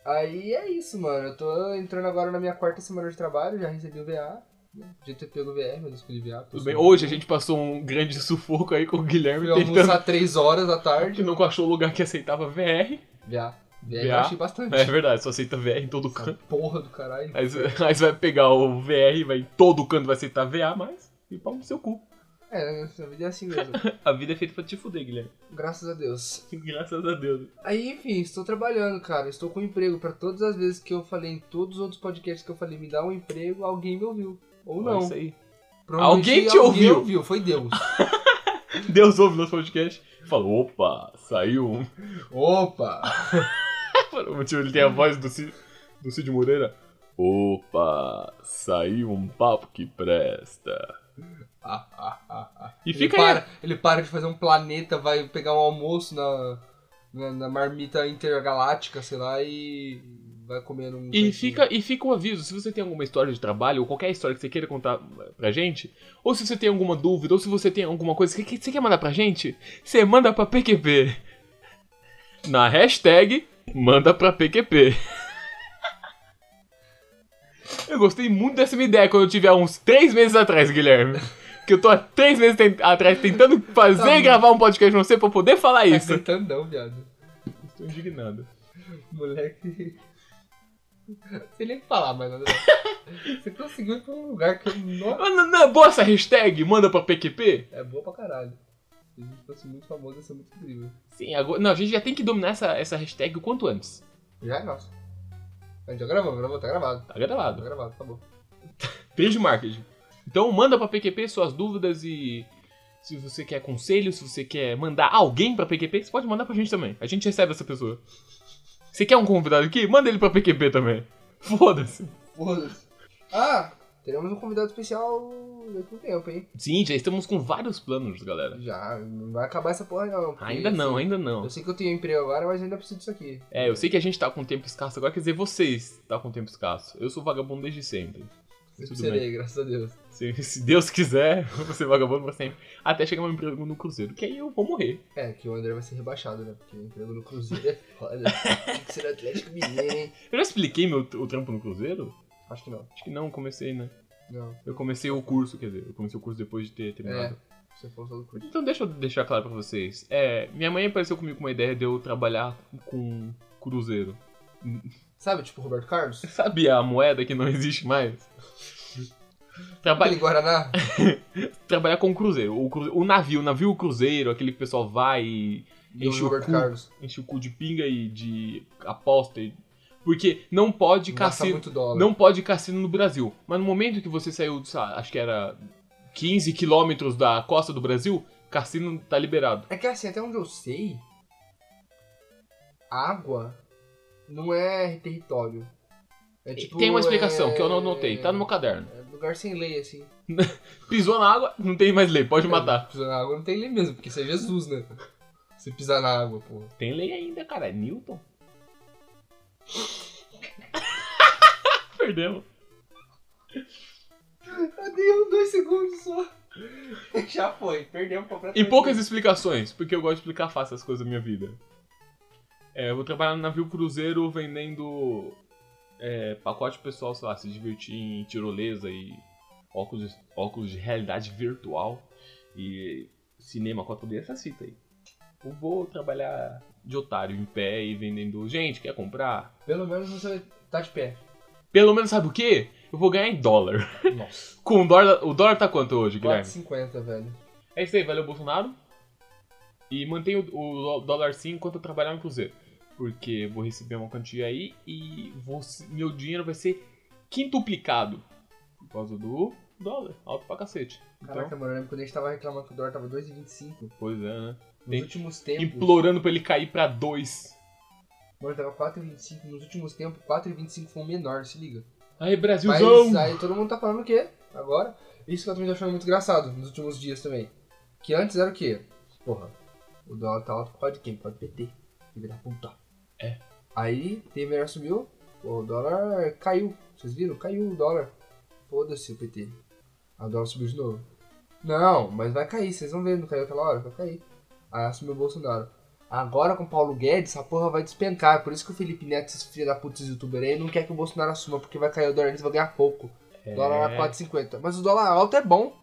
[SPEAKER 2] Aí é isso, mano. Eu tô entrando agora na minha quarta semana de trabalho, já recebi o VA. né? Podia ter pego o VR, mas eu escolhi VA.
[SPEAKER 1] Tudo bem, hoje a gente passou um grande sufoco aí com o Guilherme
[SPEAKER 2] Fui
[SPEAKER 1] tentando...
[SPEAKER 2] almoçar três horas da
[SPEAKER 1] Que
[SPEAKER 2] tarde.
[SPEAKER 1] não achou lugar que aceitava VR. [laughs]
[SPEAKER 2] VA. VA,
[SPEAKER 1] VA?
[SPEAKER 2] eu achei bastante.
[SPEAKER 1] É verdade, só aceita VR em todo canto.
[SPEAKER 2] Essa porra do caralho.
[SPEAKER 1] [laughs]
[SPEAKER 2] É,
[SPEAKER 1] Aí, você- aí você vai pegar o VR, vai em todo canto vai aceitar VA, mas e pau no seu cu.
[SPEAKER 2] É, essa vida é assim
[SPEAKER 1] [laughs]
[SPEAKER 2] mesmo.
[SPEAKER 1] A vida é feita pra te fuder, Guilherme. [laughs]
[SPEAKER 2] Graças a Deus.
[SPEAKER 1] Graças a Deus.
[SPEAKER 2] Aí, enfim, estou trabalhando, cara. Estou com um emprego. Pra todas as vezes que eu falei em todos os outros podcasts que eu falei, me dá um emprego, alguém me ouviu. Ou
[SPEAKER 1] É
[SPEAKER 2] não.
[SPEAKER 1] isso aí.
[SPEAKER 2] Provavelmente
[SPEAKER 1] Alguém te ouviu?
[SPEAKER 2] ouviu. Foi Deus.
[SPEAKER 1] [laughs] Deus ouve nosso podcast e fala: opa, saiu [laughs] um.
[SPEAKER 2] Opa!
[SPEAKER 1] Mano, tipo, ele tem a voz do Cid, do Cid Moreira. Opa, saiu um papo que presta.
[SPEAKER 2] Ah, ah, ah, ah.
[SPEAKER 1] E
[SPEAKER 2] Ele
[SPEAKER 1] fica aí.
[SPEAKER 2] para, Ele para de fazer um planeta, vai pegar um almoço na, na, na marmita intergaláctica, sei lá, e vai comendo
[SPEAKER 1] E
[SPEAKER 2] um. cantinho.
[SPEAKER 1] fica, e fica um aviso, se você tem alguma história de trabalho, ou qualquer história que você queira contar eh, pra gente, ou se você tem alguma dúvida, ou se você tem alguma coisa que, que você quer mandar pra gente, você manda pra PQP. Na hashtag, manda pra PQP. [laughs] Eu gostei muito dessa minha ideia quando eu tive há uns três meses atrás, Guilherme. Que eu tô há três meses ten- atrás tentando fazer
[SPEAKER 2] Tá
[SPEAKER 1] e gravar um podcast pra você pra poder falar
[SPEAKER 2] Tá
[SPEAKER 1] isso.
[SPEAKER 2] tentando não, viado.
[SPEAKER 1] Estou indignado.
[SPEAKER 2] Moleque. Não sei nem o que falar, mas nada.
[SPEAKER 1] [laughs]
[SPEAKER 2] Você conseguiu ir pra um lugar que eu não.
[SPEAKER 1] Mano, não é boa essa hashtag, manda pra PQP?
[SPEAKER 2] É boa pra caralho. Se a gente fosse muito famoso, ia ser muito incrível.
[SPEAKER 1] Sim, agora. Não, a gente já tem que dominar essa, essa hashtag o quanto antes.
[SPEAKER 2] Já é nosso. A gente já gravou, gravou, tá gravado.
[SPEAKER 1] Tá
[SPEAKER 2] Tá
[SPEAKER 1] gravado.
[SPEAKER 2] gravado, acabou.
[SPEAKER 1] Três de marketing. Então manda pra PQP suas dúvidas e. Se você quer conselho, se você quer mandar alguém pra PQP, você pode mandar pra gente também. A gente recebe essa pessoa. Você quer um convidado aqui? Manda ele pra PQP também. [laughs] Foda-se.
[SPEAKER 2] Foda-se. Ah! Teremos um convidado especial daqui a um tempo, hein?
[SPEAKER 1] Sim, já estamos com vários planos, galera.
[SPEAKER 2] Já, não vai acabar essa porra não. porque, assim,
[SPEAKER 1] Ainda não, ainda não.
[SPEAKER 2] Eu sei que eu tenho emprego agora, mas ainda preciso disso aqui.
[SPEAKER 1] É, eu sei que a gente tá com tempo escasso agora, quer dizer, vocês tá com tempo escasso. Eu sou vagabundo desde sempre.
[SPEAKER 2] Eu
[SPEAKER 1] Tudo
[SPEAKER 2] serei, graças a Deus.
[SPEAKER 1] Se, se Deus quiser, [laughs] eu vou ser vagabundo pra sempre. Até chegar meu emprego no Cruzeiro, que aí eu vou morrer.
[SPEAKER 2] É, que o André vai ser rebaixado, né? Porque emprego no Cruzeiro é foda. Tem que ser Atlético Mineiro, hein?
[SPEAKER 1] Eu já expliquei meu, o trampo no Cruzeiro?
[SPEAKER 2] Acho que não.
[SPEAKER 1] Acho que não, comecei, né?
[SPEAKER 2] Não.
[SPEAKER 1] Eu comecei o curso, quer dizer, eu comecei o curso depois de ter terminado.
[SPEAKER 2] Você falou só do curso.
[SPEAKER 1] Então deixa eu deixar claro pra vocês. É, minha mãe apareceu comigo com uma ideia de eu trabalhar com Cruzeiro.
[SPEAKER 2] Sabe, tipo, Roberto Carlos?
[SPEAKER 1] Sabe a moeda que não existe mais?
[SPEAKER 2] Aquele
[SPEAKER 1] Trabalha,
[SPEAKER 2] Guaraná?
[SPEAKER 1] trabalhar com Cruzeiro. O, cruzeiro, o navio, o navio Cruzeiro, aquele que o pessoal vai e
[SPEAKER 2] E o
[SPEAKER 1] Enche o
[SPEAKER 2] Roberto
[SPEAKER 1] cu.
[SPEAKER 2] Carlos.
[SPEAKER 1] enche o cu de pinga e de aposta. e- Porque não pode
[SPEAKER 2] Gasta
[SPEAKER 1] cassino.
[SPEAKER 2] muito dólar.
[SPEAKER 1] Não pode cassino no Brasil. Mas no momento que você saiu, sei lá, acho que era 15 quilômetros da costa do Brasil, cassino tá liberado.
[SPEAKER 2] É que assim, até onde eu sei, água não é território. É tipo.
[SPEAKER 1] Tem uma explicação que eu não
[SPEAKER 2] é-
[SPEAKER 1] notei, tá no meu caderno.
[SPEAKER 2] É lugar sem lei, assim.
[SPEAKER 1] Pisou na água, não tem mais lei, pode matar.
[SPEAKER 2] Pisar na água não tem lei mesmo, porque isso é Jesus, né? Você pisar na água, pô.
[SPEAKER 1] Tem lei ainda, cara, é Newton. [laughs] Perdemos.
[SPEAKER 2] Eu dei um, dois segundos só. [laughs] Já foi, um perdemos
[SPEAKER 1] E
[SPEAKER 2] completamente.
[SPEAKER 1] poucas explicações, porque eu gosto de explicar fácil as coisas da minha vida. É, eu vou trabalhar no navio cruzeiro vendendo é, pacote pro pessoal, sei lá, se divertir em tirolesa e óculos, óculos de realidade virtual e cinema 4D, essas fitas aí. Eu vou trabalhar de otário em pé e vendendo. Gente, quer comprar?
[SPEAKER 2] Pelo menos você tá de pé.
[SPEAKER 1] Pelo menos sabe o quê? Eu vou ganhar em dólar. [laughs]
[SPEAKER 2] Nossa.
[SPEAKER 1] Com o dólar. O dólar tá quanto hoje, Guilherme?
[SPEAKER 2] 4,50, velho.
[SPEAKER 1] É isso aí, valeu Bolsonaro. E mantenha o, o dólar sim enquanto eu trabalhar no Cruzeiro. Porque eu vou receber uma quantia aí e vou se- meu dinheiro vai ser quintuplicado. Por causa do dólar, alto pra cacete. Então,
[SPEAKER 2] Caraca, mano, eu lembro quando a gente tava reclamando que o dólar tava 2,25.
[SPEAKER 1] Pois é, né?
[SPEAKER 2] Nos
[SPEAKER 1] Tem-
[SPEAKER 2] últimos tempos.
[SPEAKER 1] Implorando pra ele cair pra 2.
[SPEAKER 2] Mano, tava 4,25. Nos últimos tempos, 4,25 foi o menor, se liga.
[SPEAKER 1] Aí,
[SPEAKER 2] Mas
[SPEAKER 1] Brasilzão!
[SPEAKER 2] aí todo mundo tá falando o quê? Agora? Isso que eu também tô achando muito engraçado nos últimos dias também. Que antes era o quê? Porra, o dólar tá alto por causa de quem? Por causa do PT. Filho da puta.
[SPEAKER 1] É.
[SPEAKER 2] Aí, Temer assumiu, porra, o dólar caiu. Vocês viram? Caiu o dólar. Foda-se o PT. Aí o dólar subiu de novo. Não, mas vai cair, vocês vão ver, não caiu aquela hora, vai cair. Aí assumiu o Bolsonaro. Agora com o Paulo Guedes, essa porra vai despencar. É Por isso que o Felipe Neto, esses filha da puta, esse youtuber aí, não quer que o Bolsonaro assuma, porque vai cair o dólar, eles vão ganhar pouco. O dólar
[SPEAKER 1] É,
[SPEAKER 2] era 4,50. Mas o dólar alto é bom.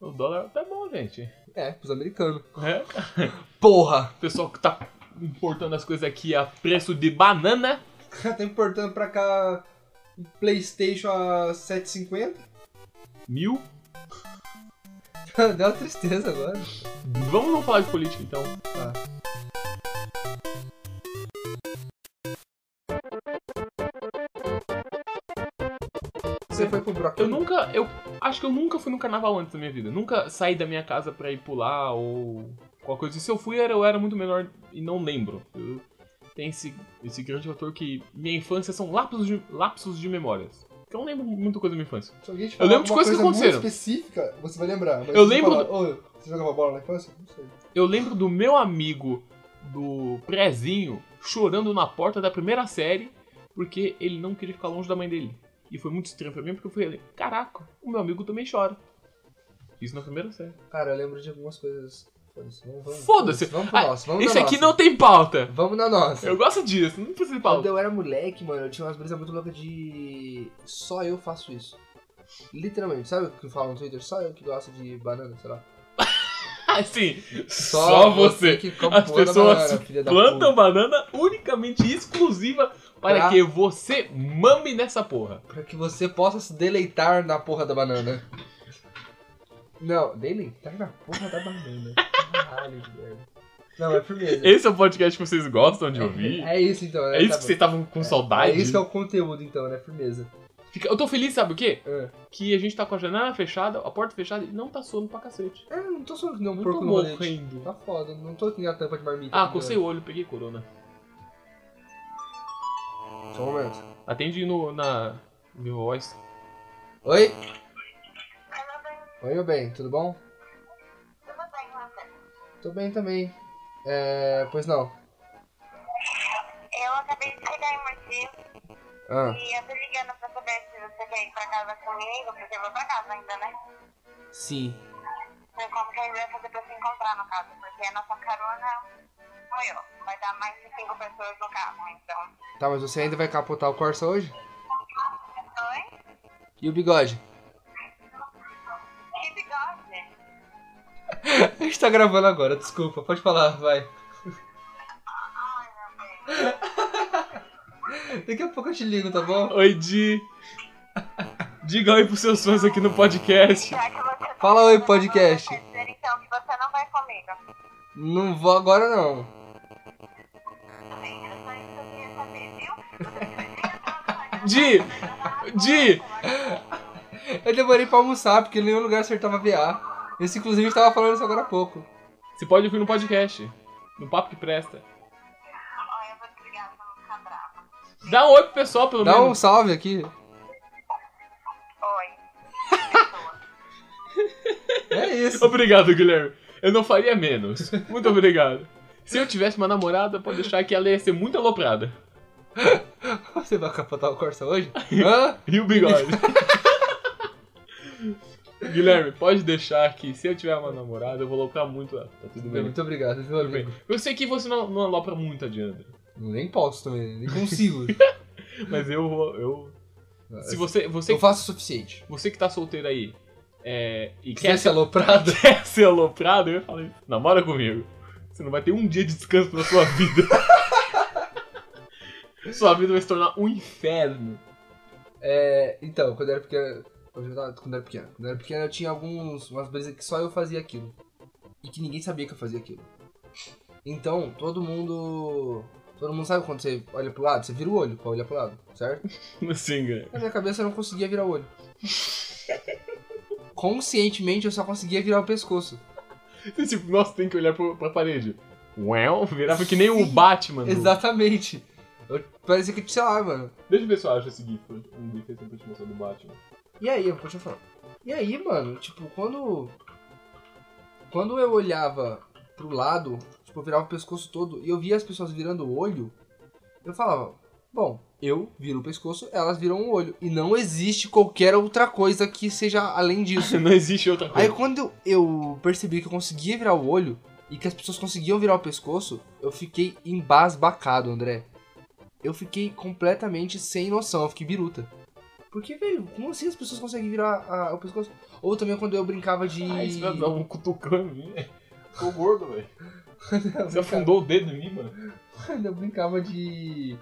[SPEAKER 1] O dólar tá bom, gente.
[SPEAKER 2] É, pros americanos.
[SPEAKER 1] É.
[SPEAKER 2] Porra!
[SPEAKER 1] O pessoal que tá importando as coisas aqui a preço de banana.
[SPEAKER 2] [laughs] tá importando pra cá um Playstation a 7,50?
[SPEAKER 1] Mil.
[SPEAKER 2] [laughs] Deu uma tristeza agora.
[SPEAKER 1] Vamos não falar de política então.
[SPEAKER 2] Você foi pro Brock?
[SPEAKER 1] Eu nunca. Eu acho que eu nunca fui no carnaval antes da minha vida. Nunca saí da minha casa pra ir pular ou qualquer coisa. E se eu fui, era- eu era muito menor e não lembro. Eu- tem esse, esse grande fator que minha infância são lapsos de, lapsos de memórias. Eu não lembro muita coisa da minha infância.
[SPEAKER 2] Se alguém te
[SPEAKER 1] Eu
[SPEAKER 2] falar
[SPEAKER 1] lembro de
[SPEAKER 2] alguma
[SPEAKER 1] coisas que
[SPEAKER 2] coisa muito
[SPEAKER 1] aconteceram.
[SPEAKER 2] específica, você vai lembrar. mas
[SPEAKER 1] Eu
[SPEAKER 2] se você
[SPEAKER 1] lembro
[SPEAKER 2] falar, "Ô, Você jogava bola na infância? Não sei.
[SPEAKER 1] Eu lembro do meu amigo do Prezinho chorando na porta da primeira série porque ele não queria ficar longe da mãe dele. E foi muito estranho pra mim porque eu falei, caraca, o meu amigo também chora. Isso na primeira série.
[SPEAKER 2] Cara, eu lembro de algumas coisas. Foda-se, vamos, vamos.
[SPEAKER 1] Foda-se.
[SPEAKER 2] Vamos pro
[SPEAKER 1] Ah,
[SPEAKER 2] nosso, vamos
[SPEAKER 1] Esse
[SPEAKER 2] na
[SPEAKER 1] aqui
[SPEAKER 2] nossa.
[SPEAKER 1] não tem pauta.
[SPEAKER 2] Vamos na nossa.
[SPEAKER 1] Eu gosto disso, não precisa de
[SPEAKER 2] Quando
[SPEAKER 1] pauta.
[SPEAKER 2] eu era moleque, mano, eu tinha umas brisas muito loucas de. Só eu faço isso. Literalmente, sabe o que falam no Twitter? Só eu que gosto de banana, sei lá.
[SPEAKER 1] Ah, sim. Só você.
[SPEAKER 2] que come
[SPEAKER 1] As
[SPEAKER 2] porra da
[SPEAKER 1] pessoas
[SPEAKER 2] banana, filha da
[SPEAKER 1] Plantam
[SPEAKER 2] puta.
[SPEAKER 1] banana unicamente exclusiva para
[SPEAKER 2] Pra-
[SPEAKER 1] que você mame nessa porra.
[SPEAKER 2] Pra que você possa se deleitar na porra da banana. Não, deleitar na porra da banana. Caralho, Guilherme. Não, é firmeza.
[SPEAKER 1] Esse é o podcast que vocês gostam de ouvir.
[SPEAKER 2] É isso então, né?
[SPEAKER 1] É isso
[SPEAKER 2] Tá
[SPEAKER 1] que
[SPEAKER 2] bom.
[SPEAKER 1] vocês estavam com saudade.
[SPEAKER 2] É isso que é o conteúdo então, né? Firmeza.
[SPEAKER 1] Fica- Eu tô feliz, sabe o quê?
[SPEAKER 2] É.
[SPEAKER 1] que a gente tá com a janela fechada, a porta fechada e não tá sono pra cacete.
[SPEAKER 2] É, não tô só que não um
[SPEAKER 1] Não
[SPEAKER 2] porco
[SPEAKER 1] tô
[SPEAKER 2] no rolete. É.
[SPEAKER 1] morrendo.
[SPEAKER 2] Tá foda, não tô aqui na tampa de marmita.
[SPEAKER 1] Ah, cocei o olho, peguei corona.
[SPEAKER 2] Só um momento.
[SPEAKER 1] Atende no, na Viva Voice.
[SPEAKER 2] Oi? Oi, meu bem, tudo bom? Tô bem também. É, pois não.
[SPEAKER 4] Eu acabei de chegar em Mogi
[SPEAKER 2] Ah,
[SPEAKER 4] e eu tô ligando pra saber se você quer ir pra casa comigo, porque eu vou pra casa ainda, né?
[SPEAKER 2] sim.
[SPEAKER 4] Então, como que a gente vai fazer pra se encontrar no caso? Porque a nossa carona sou eu. Vai dar mais de cinco pessoas no carro, então.
[SPEAKER 2] Tá, mas você ainda vai capotar o Corsa hoje?
[SPEAKER 4] Oi?
[SPEAKER 2] E o bigode? [laughs]
[SPEAKER 4] Que bigode!
[SPEAKER 2] A gente tá gravando agora, desculpa, pode falar, vai. [laughs]
[SPEAKER 4] Ai, meu bem.
[SPEAKER 2] Daqui a pouco eu te ligo, tá bom?
[SPEAKER 1] Oi, Di. Diga oi pros seus fãs aqui no podcast.
[SPEAKER 4] Já que você tá
[SPEAKER 2] Fala oi,
[SPEAKER 4] falando,
[SPEAKER 2] podcast.
[SPEAKER 4] Quer dizer, então, que você não vai comigo.
[SPEAKER 2] Não vou agora não.
[SPEAKER 4] Tudo bem, era É só isso que eu queria saber, viu? Você
[SPEAKER 1] Di!
[SPEAKER 4] acredita?
[SPEAKER 1] Di!
[SPEAKER 2] Eu demorei pra almoçar, porque nenhum lugar acertava VA. Esse inclusive a gente tava falando isso agora há pouco.
[SPEAKER 1] Você pode ouvir no podcast. No papo que presta.
[SPEAKER 4] Olha, eu vou desligar pra não ficar brava.
[SPEAKER 1] Dá um oi pro pessoal, pelo
[SPEAKER 2] Dá um
[SPEAKER 1] menos. [laughs]
[SPEAKER 2] salve aqui.
[SPEAKER 4] Oi.
[SPEAKER 2] [laughs] É isso.
[SPEAKER 1] Obrigado, Guilherme. Eu não faria menos. Muito obrigado. Se eu tivesse uma namorada, pode deixar que ela ia ser muito aloprada.
[SPEAKER 2] Você vai capotar o Corsa [laughs] hoje? Hã?
[SPEAKER 1] E o bigode. [laughs] Guilherme, pode deixar que se eu tiver uma namorada, eu vou aloprar muito ela. Tá tudo bem.
[SPEAKER 2] Muito obrigado, viu,
[SPEAKER 1] Tudo bem.
[SPEAKER 2] amigo?
[SPEAKER 1] Eu sei que você não, não alopra muito, adianta.
[SPEAKER 2] Nem posso também, nem [laughs] consigo.
[SPEAKER 1] Mas eu vou. Eu, se você, você,
[SPEAKER 2] Eu faço o suficiente.
[SPEAKER 1] você que tá solteiro aí é, e
[SPEAKER 2] Quer
[SPEAKER 1] quer,
[SPEAKER 2] ser aloprado? [laughs]
[SPEAKER 1] [laughs] quer ser aloprado, eu falo, namora comigo. Você não vai ter um dia de descanso na sua vida. [laughs] sua vida vai se tornar um inferno.
[SPEAKER 2] É, então, quando eu era pequeno. Quando eu, tava- quando eu era pequeno. Quando eu era pequeno, eu tinha alguns. umas brisas que só eu fazia aquilo. E que ninguém sabia que eu fazia aquilo. Então, todo mundo. Todo mundo sabe quando você olha pro lado? Você vira o olho pra olhar pro lado, certo?
[SPEAKER 1] Assim, Guilherme.
[SPEAKER 2] Na minha cabeça eu não conseguia virar o olho. conscientemente eu só conseguia virar o pescoço.
[SPEAKER 1] Tipo, nossa, tem que olhar pro, pra parede. Well, virava que nem o
[SPEAKER 2] Sim,
[SPEAKER 1] Batman. do-
[SPEAKER 2] Exatamente. Eu, parecia que, sei lá, mano.
[SPEAKER 1] Deixa eu ver se eu acho esse gif. Um gif assim pra te mostrar do Batman.
[SPEAKER 2] E aí, é eu continuo falando. E aí, mano, tipo, quando. Quando eu olhava pro lado, tipo, eu virava o pescoço todo e eu via as pessoas virando o olho, eu falava, bom, eu viro o pescoço, elas viram o olho. E não existe qualquer outra coisa que seja além disso.
[SPEAKER 1] Não existe outra
[SPEAKER 2] Aí
[SPEAKER 1] coisa.
[SPEAKER 2] quando eu percebi que eu conseguia virar o olho e que as pessoas conseguiam virar o pescoço, eu fiquei embasbacado, André. Eu fiquei completamente sem noção, eu fiquei biruta. Porque, velho, como assim as pessoas conseguem virar ah, o pescoço? Ou também quando eu brincava de.
[SPEAKER 1] Ai, você vai dar um cutucão em mim. né? Ficou gordo, velho. Você afundou o dedo em mim, mano.
[SPEAKER 2] Quando eu brincava de.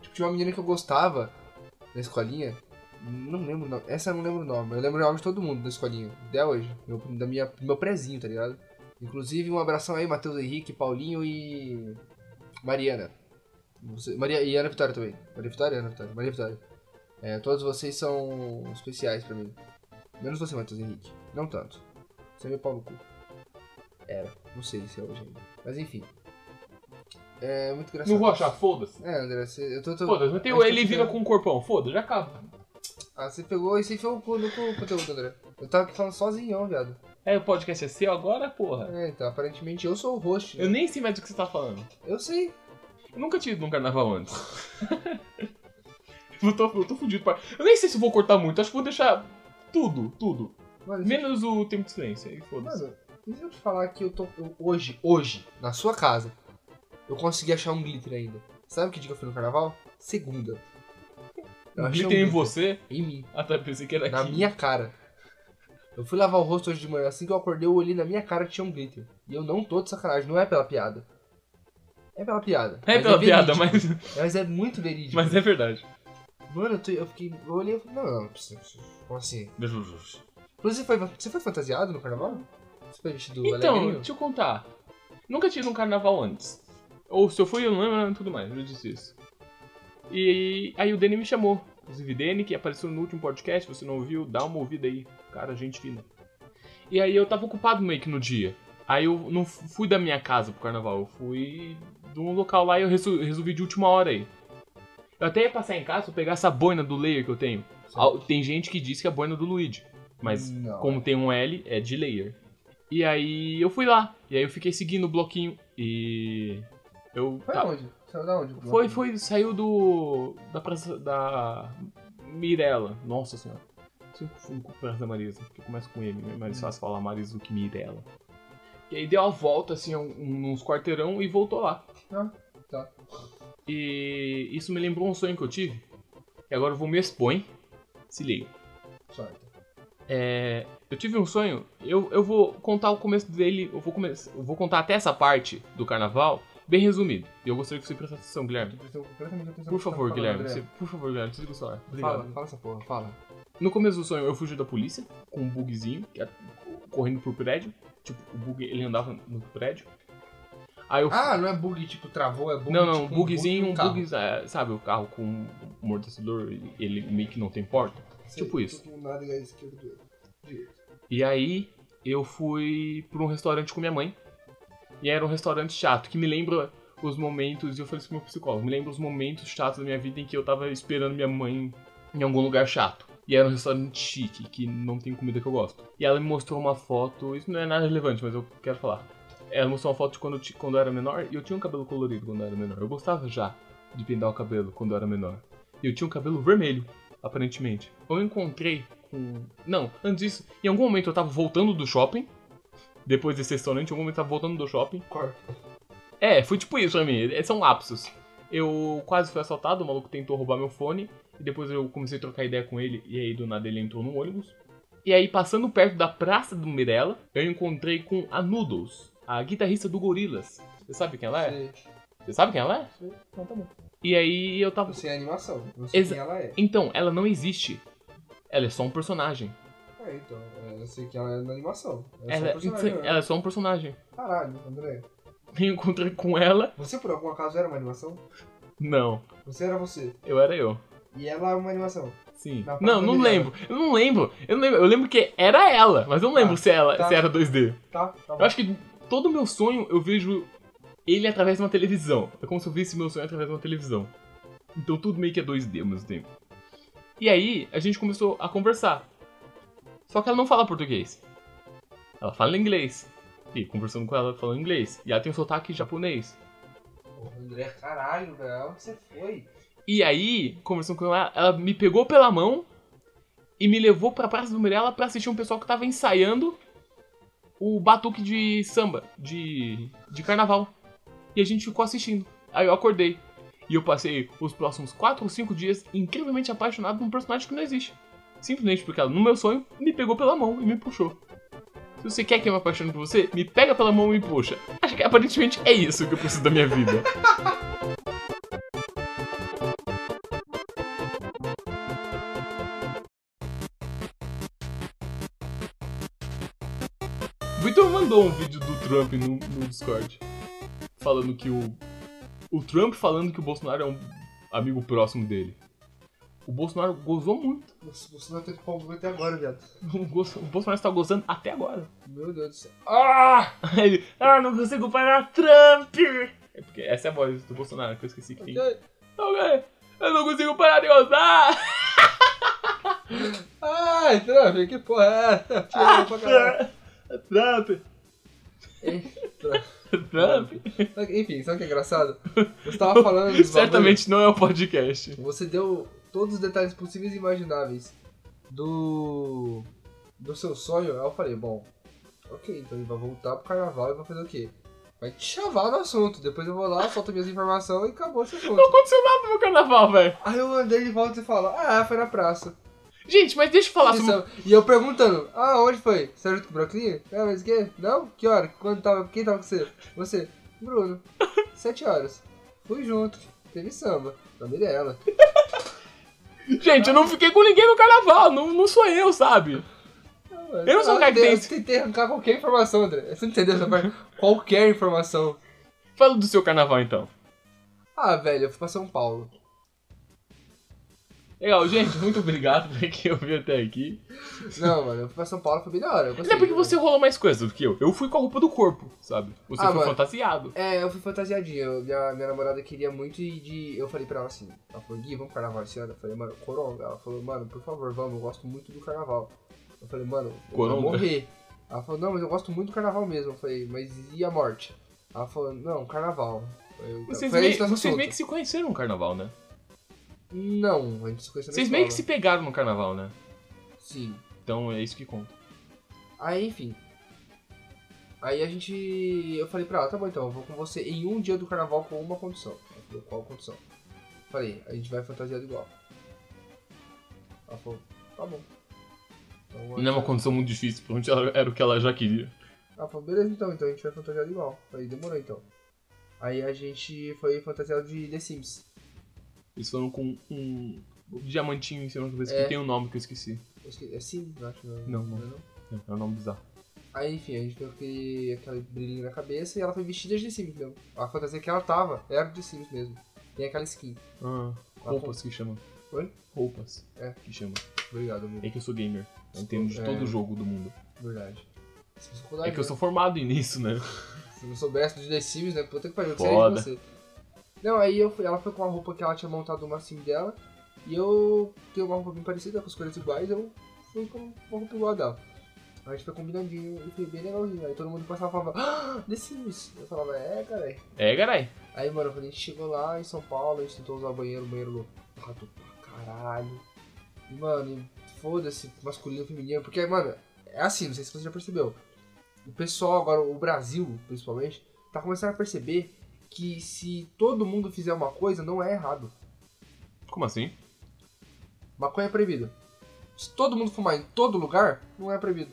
[SPEAKER 2] Tipo, tinha uma menina que eu gostava na escolinha. Não lembro o nome. Essa eu não lembro o nome. Eu lembro o nome de todo mundo da escolinha. Até hoje. Meu, da minha, meu prezinho, tá ligado? Inclusive, um abração aí, Matheus Henrique, Paulinho e. Mariana. Você- Maria, e Ana Vitória também. Maria Vitória? Ana Vitória. Maria Vitória. É, todos vocês são especiais pra mim. Menos você, Matheus Henrique. Não tanto. Você é meu pau no cu. Era. Não sei se é hoje ainda. Mas enfim. É muito engraçado.
[SPEAKER 1] Não vou achar, foda-se.
[SPEAKER 2] É, André, você, eu tô, tô-
[SPEAKER 1] Foda-se, não tem
[SPEAKER 2] eu
[SPEAKER 1] o
[SPEAKER 2] tô
[SPEAKER 1] ele vira
[SPEAKER 2] ficando-
[SPEAKER 1] com um corpão. Foda-se, já acaba.
[SPEAKER 2] Ah, você pegou e você enfiou o cu no cu- conteúdo, André. Eu tava aqui falando sozinho, ó, viado.
[SPEAKER 1] É, o podcast é seu agora, porra.
[SPEAKER 2] É, então, aparentemente eu sou o host. né?
[SPEAKER 1] Eu nem sei mais o que você tá falando.
[SPEAKER 2] Eu sei.
[SPEAKER 1] Eu nunca tive um carnaval antes. [laughs] eu, tô, eu tô fudido. Pra... Eu nem sei se eu vou cortar muito, acho que vou deixar tudo, tudo.
[SPEAKER 2] Mano, se-
[SPEAKER 1] Menos o tempo de silêncio, aí foda-se.
[SPEAKER 2] mano, e se eu te falar que eu tô. eu- hoje, hoje, na sua casa, eu consegui achar um glitter ainda. Sabe que dia que eu fui no carnaval? Segunda. Eu achei um
[SPEAKER 1] Glitter em você,
[SPEAKER 2] Em mim.
[SPEAKER 1] até pensei que era
[SPEAKER 2] Na
[SPEAKER 1] aqui.
[SPEAKER 2] minha cara. Eu fui lavar o rosto hoje de manhã, assim que eu acordei, eu olhei na minha cara que tinha um glitter. E eu não tô de sacanagem, não é pela piada. É pela piada.
[SPEAKER 1] É
[SPEAKER 2] mas
[SPEAKER 1] pela piada,
[SPEAKER 2] verídico.
[SPEAKER 1] mas,
[SPEAKER 2] Mas é muito verídico.
[SPEAKER 1] mas é verdade.
[SPEAKER 2] Mano, eu, tô- eu fiquei. Eu olhei e falei, não, não, como assim? Inclusive, foi- você foi fantasiado no carnaval? Você foi vestido
[SPEAKER 1] Então,
[SPEAKER 2] alegrinho?
[SPEAKER 1] deixa eu contar. Nunca tive um carnaval antes. Ou se eu fui, eu não lembro e tudo mais, eu disse isso. E aí o Danny me chamou. Inclusive, Danny, que apareceu no último podcast, você não ouviu, dá uma ouvida aí. Cara, gente fina. E aí eu tava ocupado meio que no dia. Aí eu não f- fui da minha casa pro carnaval, eu fui de um local lá e eu resu- resolvi de última hora aí. Eu até ia passar em casa pra pegar essa boina do layer que eu tenho. Ah, Tem gente que diz que é a boina do Luigi, mas
[SPEAKER 2] Não.
[SPEAKER 1] como tem um L, é de layer. E aí eu fui lá. E aí eu fiquei seguindo o bloquinho. E. Eu.
[SPEAKER 2] Foi
[SPEAKER 1] tá-
[SPEAKER 2] aonde? Saiu da onde?
[SPEAKER 1] foi, foi, saiu do. Da praça. Da. Mirella. Nossa senhora. Sempre confundo com Praça da Marisa, porque começa com M, né?
[SPEAKER 2] Hum.
[SPEAKER 1] mais fácil falar Marisa do que Mirella. E aí deu a volta, assim, um- uns quarteirão e voltou lá.
[SPEAKER 2] Ah, tá.
[SPEAKER 1] E isso me lembrou um sonho que eu tive. E agora eu vou me expor. hein? Se liga.
[SPEAKER 2] Sorry.
[SPEAKER 1] É, eu tive um sonho, eu, eu vou contar o começo dele, eu vou, come- eu vou contar até essa parte do carnaval, bem resumido. E eu gostaria que você prestasse atenção, Guilherme. Por favor, Guilherme, você, por favor, Guilherme, desliga o celular. Obrigado.
[SPEAKER 2] tá Fala, fala essa porra, fala.
[SPEAKER 1] No começo do sonho, eu fugi da polícia, com um bugzinho, que é- correndo pro prédio. Tipo, o bug, ele andava no prédio. Aí eu...
[SPEAKER 2] Ah, não é bug tipo travou, é bug
[SPEAKER 1] não, não,
[SPEAKER 2] tipo,
[SPEAKER 1] um bugzinho, um
[SPEAKER 2] carro.
[SPEAKER 1] bug, é, sabe, o carro com um amortecedor, ele- ele meio que não tem porta.
[SPEAKER 2] Sei,
[SPEAKER 1] tipo isso.
[SPEAKER 2] todo lado é esquerdo do outro.
[SPEAKER 1] E aí eu fui pra um restaurante com minha mãe. E era um restaurante chato, que me lembra os momentos, e eu falei isso pro meu psicólogo, me lembra os momentos chatos da minha vida em que eu tava esperando minha mãe em algum lugar chato. E era um restaurante chique, que não tem comida que eu gosto. E ela me mostrou uma foto, isso não é nada relevante, mas eu quero falar. Ela mostrou uma foto de quando eu, ti- quando eu era menor, e eu tinha um cabelo colorido quando eu era menor. Eu gostava já de pintar o cabelo quando eu era menor. E eu tinha um cabelo vermelho, aparentemente. Eu encontrei com. Não, antes disso, em algum momento eu tava voltando do shopping. Depois desse restaurante, em algum momento eu tava voltando do shopping.
[SPEAKER 2] Corta.
[SPEAKER 1] É, foi tipo isso pra mim, é- são lapsos. Eu quase fui assaltado, o maluco tentou roubar meu fone. E depois eu comecei a trocar ideia com ele, e aí do nada ele entrou no ônibus. E aí, passando perto da praça do Mirella, eu encontrei com a Noodles, a guitarrista do Gorilas. Você sabe quem ela é?
[SPEAKER 2] Sei.
[SPEAKER 1] Você sabe quem ela é?
[SPEAKER 2] Sei. Não, tá bom.
[SPEAKER 1] E aí eu tava.
[SPEAKER 2] Você é animação, não sei
[SPEAKER 1] Exa-
[SPEAKER 2] quem ela é.
[SPEAKER 1] Então, ela não existe. Ela é só um personagem.
[SPEAKER 2] É, então, é, eu sei que ela é na animação. Ela é só
[SPEAKER 1] Ela,
[SPEAKER 2] um personagem,
[SPEAKER 1] então,
[SPEAKER 2] né?
[SPEAKER 1] ela é só um personagem.
[SPEAKER 2] Caralho, André.
[SPEAKER 1] Eu encontrei com ela.
[SPEAKER 2] Você por algum acaso era uma animação?
[SPEAKER 1] Não,
[SPEAKER 2] Você era você.
[SPEAKER 1] eu era eu.
[SPEAKER 2] E ela é uma animação.
[SPEAKER 1] Sim.
[SPEAKER 2] Na
[SPEAKER 1] Não, não
[SPEAKER 2] parte
[SPEAKER 1] lembro. Eu não lembro. Eu não lembro. Eu lembro que era ela, mas eu não lembro
[SPEAKER 2] Tá,
[SPEAKER 1] se, ela,
[SPEAKER 2] tá.
[SPEAKER 1] se era 2D.
[SPEAKER 2] Tá, tá bom.
[SPEAKER 1] Eu acho que todo meu sonho eu vejo ele através de uma televisão. É como se eu visse meu sonho através de uma televisão. Então tudo meio que é 2D ao mesmo tempo. E aí a gente começou a conversar. Só que ela não fala português. Ela fala inglês. E conversando com ela, falando inglês. E ela tem um sotaque japonês.
[SPEAKER 2] Porra, André, caralho, velho. Onde você foi?
[SPEAKER 1] E aí, conversando com ela, ela me pegou pela mão e me levou pra Praça do Mirella pra assistir um pessoal que tava ensaiando o batuque de samba, de, de carnaval. E a gente ficou assistindo. Aí eu acordei. E eu passei os próximos 4 ou 5 dias incrivelmente apaixonado por um personagem que não existe. Simplesmente porque ela, no meu sonho, me pegou pela mão e me puxou. Se você quer que eu me apaixone por você, me pega pela mão e me puxa. Acho que aparentemente é isso que eu preciso da minha vida. Vitor mandou um vídeo do Trump no, no Discord. Falando que o. O Trump falando que o Bolsonaro é um amigo próximo dele. O Bolsonaro gozou muito. [laughs]
[SPEAKER 2] Nossa, você não tem que pau até agora, viado.
[SPEAKER 1] O Bolso- o Bolsonaro está gozando até agora.
[SPEAKER 2] Meu Deus do céu.
[SPEAKER 1] Ah! Ele. Ah, não consigo parar Trump! É porque essa é a voz do Bolsonaro que eu esqueci que tem.
[SPEAKER 2] Ok.
[SPEAKER 1] Ok, Eu não consigo parar de gozar!
[SPEAKER 2] Ai, Trump, então, que porra é essa? Tira
[SPEAKER 1] Ah,
[SPEAKER 2] pra caralho.
[SPEAKER 1] [laughs] Trump!
[SPEAKER 2] Trump.
[SPEAKER 1] [laughs] Trump!
[SPEAKER 2] Sabe- Enfim, sabe o que é engraçado?
[SPEAKER 1] [laughs]
[SPEAKER 2] Você tava Tá falando dos bagulhos.
[SPEAKER 1] Certamente não é um podcast.
[SPEAKER 2] Você deu todos os detalhes possíveis e imagináveis do. do seu sonho. Aí eu falei, bom, ok, então ele vai voltar pro carnaval e vai fazer o quê? Vai te chavar no assunto. Depois eu vou lá, solto minhas informações e acabou esse
[SPEAKER 1] Não
[SPEAKER 2] assunto.
[SPEAKER 1] aconteceu nada no meu carnaval, velho.
[SPEAKER 2] Aí eu andei de volta e falo, ah, foi na praça.
[SPEAKER 1] Gente, mas deixa eu falar
[SPEAKER 2] E
[SPEAKER 1] sobre.
[SPEAKER 2] sabe- E eu perguntando, ah, onde foi? Você era junto com o Brooklyn? Ah, mas o quê? Não? Que hora? Quando tava? Quem tava com você? Você.
[SPEAKER 1] [laughs]
[SPEAKER 2] Bruno. Sete horas. Fui junto. Teve samba. Nome dela.
[SPEAKER 1] Gente, eu não fiquei com ninguém no carnaval. Não, não sou eu, sabe? Eu não sou o cara que tem
[SPEAKER 2] Eu tentei arrancar qualquer informação, André. Você não entendeu essa parte? Qualquer informação.
[SPEAKER 1] Fala do seu carnaval então.
[SPEAKER 2] Ah, velho, eu fui pra São Paulo.
[SPEAKER 1] Legal, gente, muito obrigado por quem ouviu até aqui.
[SPEAKER 2] Não, mano, eu fui pra São Paulo, foi bem da hora. Eu né?
[SPEAKER 1] Mas é
[SPEAKER 2] gostei,
[SPEAKER 1] porque
[SPEAKER 2] mano.
[SPEAKER 1] você rolou mais coisa do que eu. Eu fui com a roupa do corpo, sabe? Você
[SPEAKER 2] Ah,
[SPEAKER 1] foi
[SPEAKER 2] mano.
[SPEAKER 1] fantasiado.
[SPEAKER 2] É, eu fui fantasiadinho. Eu- minha, minha namorada queria muito ir de. Eu falei pra ela assim: ela falou, Gui, vamos pro carnaval esse ano? Eu falei, mano, coronga. Ela falou, mano, por favor, vamos, eu gosto muito do carnaval. Eu falei, mano, eu vou
[SPEAKER 1] Coronga.
[SPEAKER 2] morrer. Ela falou, não, mas eu gosto muito do carnaval mesmo. Eu falei, mas e a morte? Ela falou, não, carnaval. Eu,
[SPEAKER 1] Vocês,
[SPEAKER 2] foi
[SPEAKER 1] meio,
[SPEAKER 2] esse nosso
[SPEAKER 1] vocês
[SPEAKER 2] assunto.
[SPEAKER 1] meio que se conheceram no carnaval, né?
[SPEAKER 2] Não, a gente se conheceu na
[SPEAKER 1] Vocês meio que se
[SPEAKER 2] escola.
[SPEAKER 1] pegaram no carnaval, né?
[SPEAKER 2] Sim.
[SPEAKER 1] Então é isso que conta.
[SPEAKER 2] Aí, enfim. Aí a gente. Eu falei pra ela, tá bom então, eu vou com você em um dia do carnaval com uma condição. Ela falou, qual condição? Falei, a gente vai fantasiado igual. Ela falou, tá bom. Então, a gente
[SPEAKER 1] Não é uma
[SPEAKER 2] vai-
[SPEAKER 1] condição muito difícil, provavelmente ela- era o que ela já queria.
[SPEAKER 2] Ela falou, beleza então, então a gente vai fantasiado igual. Falei, demorou então. Aí a gente foi fantasiado de The Sims.
[SPEAKER 1] Eles foram com um diamantinho em cima da cabeça,
[SPEAKER 2] É.
[SPEAKER 1] que tem um nome que eu esqueci.
[SPEAKER 2] Eu esque- É Sims, eu acho.
[SPEAKER 1] Não, não.
[SPEAKER 2] é não.
[SPEAKER 1] É é um nome bizarro.
[SPEAKER 2] Aí, enfim, a gente fez aquele, aquele brilhinho na cabeça e ela foi vestida de The Sims mesmo. A fantasia que ela tava era de The Sims mesmo. Tem aquela skin.
[SPEAKER 1] Ah, roupas que chama.
[SPEAKER 2] Oi?
[SPEAKER 1] Roupas.
[SPEAKER 2] É.
[SPEAKER 1] Que chama.
[SPEAKER 2] Obrigado, amigo.
[SPEAKER 1] É que eu sou gamer. Eu entendo de todo
[SPEAKER 2] É.
[SPEAKER 1] jogo do mundo.
[SPEAKER 2] Verdade. Isso é
[SPEAKER 1] É
[SPEAKER 2] faculdade,
[SPEAKER 1] que eu
[SPEAKER 2] né?
[SPEAKER 1] sou formado nisso, né?
[SPEAKER 2] Se não soubesse de The Sims, né? Puta que pariu, eu
[SPEAKER 1] Foda.
[SPEAKER 2] seria de você. Não, aí eu fui- ela foi com uma roupa que ela tinha montado uma sim dela. E eu tenho uma roupa bem parecida, com as cores iguais, eu fui com uma roupa igual a dela. A gente foi combinadinho e foi bem legalzinho. Aí todo mundo passava e falava, ah, The Sims. Eu falava, é, caralho.
[SPEAKER 1] É, garai.
[SPEAKER 2] Aí, mano, quando a gente chegou lá em São Paulo, a gente tentou usar o banheiro, o banheiro lotado pra caralho. E, mano, e foda-se, masculino, feminino, porque, mano, é assim, não sei se você já percebeu. O pessoal agora, o Brasil, principalmente, tá começando a perceber que se todo mundo fizer uma coisa, não é errado.
[SPEAKER 1] Como assim?
[SPEAKER 2] Maconha é proibido. Se todo mundo fumar em todo lugar, não é proibido.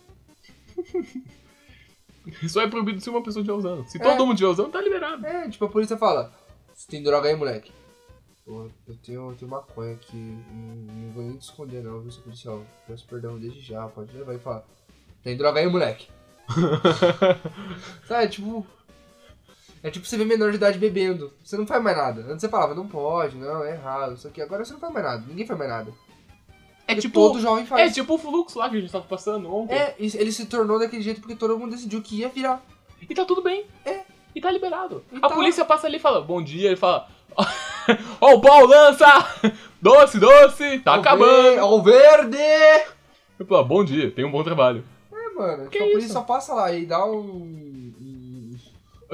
[SPEAKER 1] Só é proibido se uma pessoa estiver usando. Se
[SPEAKER 2] É.
[SPEAKER 1] todo mundo estiver usando, tá liberado.
[SPEAKER 2] É, tipo, a polícia fala, você tem droga aí, moleque? Pô, eu tenho, eu tenho maconha aqui, não, não vou nem te esconder não, viu, seu policial? Peço perdão desde já, pode levar e falar, tem droga aí,
[SPEAKER 1] [laughs]
[SPEAKER 2] moleque? Sabe, é tipo... É tipo você ver menor de idade bebendo, você não faz mais nada. Antes você falava, não pode, não, é errado, isso aqui. Agora você não faz mais nada, ninguém faz mais nada.
[SPEAKER 1] É
[SPEAKER 2] que
[SPEAKER 1] tipo,
[SPEAKER 2] todo jovem
[SPEAKER 1] é
[SPEAKER 2] faz.
[SPEAKER 1] tipo o fluxo lá que a gente tava passando ontem.
[SPEAKER 2] É, isso- ele se tornou daquele jeito porque todo mundo decidiu que ia virar.
[SPEAKER 1] E tá tudo bem.
[SPEAKER 2] É.
[SPEAKER 1] E tá liberado.
[SPEAKER 2] E
[SPEAKER 1] a
[SPEAKER 2] tá.
[SPEAKER 1] polícia passa ali e fala, bom dia, ele fala. [laughs] Ó, o pau lança! Doce, doce! Tá
[SPEAKER 2] Ao ver-
[SPEAKER 1] acabando!
[SPEAKER 2] Ao verde! É,
[SPEAKER 1] Eu falo, bom dia, tem um bom trabalho.
[SPEAKER 2] mano,
[SPEAKER 1] Que
[SPEAKER 2] tipo, a polícia
[SPEAKER 1] isso?
[SPEAKER 2] só passa lá e dá um.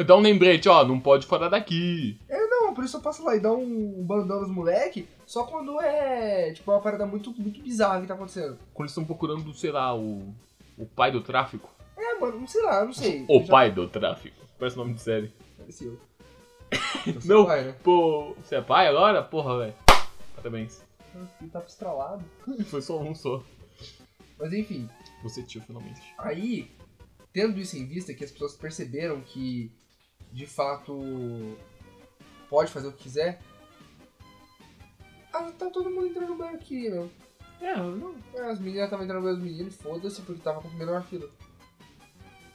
[SPEAKER 1] Dá um lembrete, ó, não pode fora daqui.
[SPEAKER 2] Não, a polícia só passa lá e dá um bandão nos moleque só quando é, tipo, uma parada muito, muito bizarra que tá acontecendo.
[SPEAKER 1] Quando eles estão procurando, sei lá, o. O pai do tráfico.
[SPEAKER 2] É, mano, não sei lá, eu não sei.
[SPEAKER 1] O
[SPEAKER 2] Eu já-
[SPEAKER 1] pai do tráfico. Parece o nome de série.
[SPEAKER 2] Parece eu.
[SPEAKER 1] Não.
[SPEAKER 2] Pai, né?
[SPEAKER 1] Pô, você é pai agora? Porra, velho. Parabéns. [laughs]
[SPEAKER 2] Ele tá estralado.
[SPEAKER 1] Foi só um só.
[SPEAKER 2] Mas enfim,
[SPEAKER 1] Você tio, finalmente.
[SPEAKER 2] Aí, tendo isso em vista, que as pessoas perceberam que de fato pode fazer o que quiser. Ah, tá todo mundo entrando no banheiro meu.
[SPEAKER 1] É, não.
[SPEAKER 2] É, As meninas estavam entrando no banheiro dos meninos, foda-se, porque tava com a menor fila.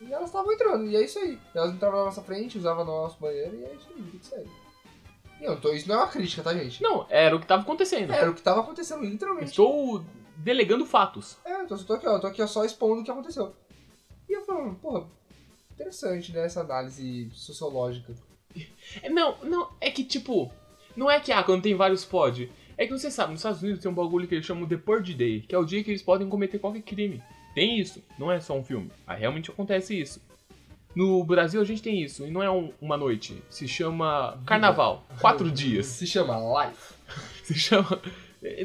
[SPEAKER 2] E elas estavam entrando, e é isso aí. Elas entravam na nossa frente, usavam nosso banheiro, e é isso aí, tudo que segue. E eu tô- isso não é uma crítica, tá, gente?
[SPEAKER 1] Não, era o que tava acontecendo.
[SPEAKER 2] Era o que tava acontecendo, literalmente.
[SPEAKER 1] Estou delegando fatos.
[SPEAKER 2] É, eu tô, tô aqui, ó, tô aqui ó, só expondo o que aconteceu. E eu falando, porra, interessante, né, essa análise sociológica.
[SPEAKER 1] É, Não, não, é que tipo, não é que ah, quando tem vários pode. É que você sabe, nos Estados Unidos tem um bagulho que eles chamam de Purge Day, que é o dia que eles podem cometer qualquer crime. Tem isso, não é só um filme. Ah, realmente acontece isso. No Brasil a gente tem isso, e não é um- uma noite. Se chama
[SPEAKER 2] [laughs]
[SPEAKER 1] Carnaval. Quatro dias.
[SPEAKER 2] Se chama Life.
[SPEAKER 1] Se chama.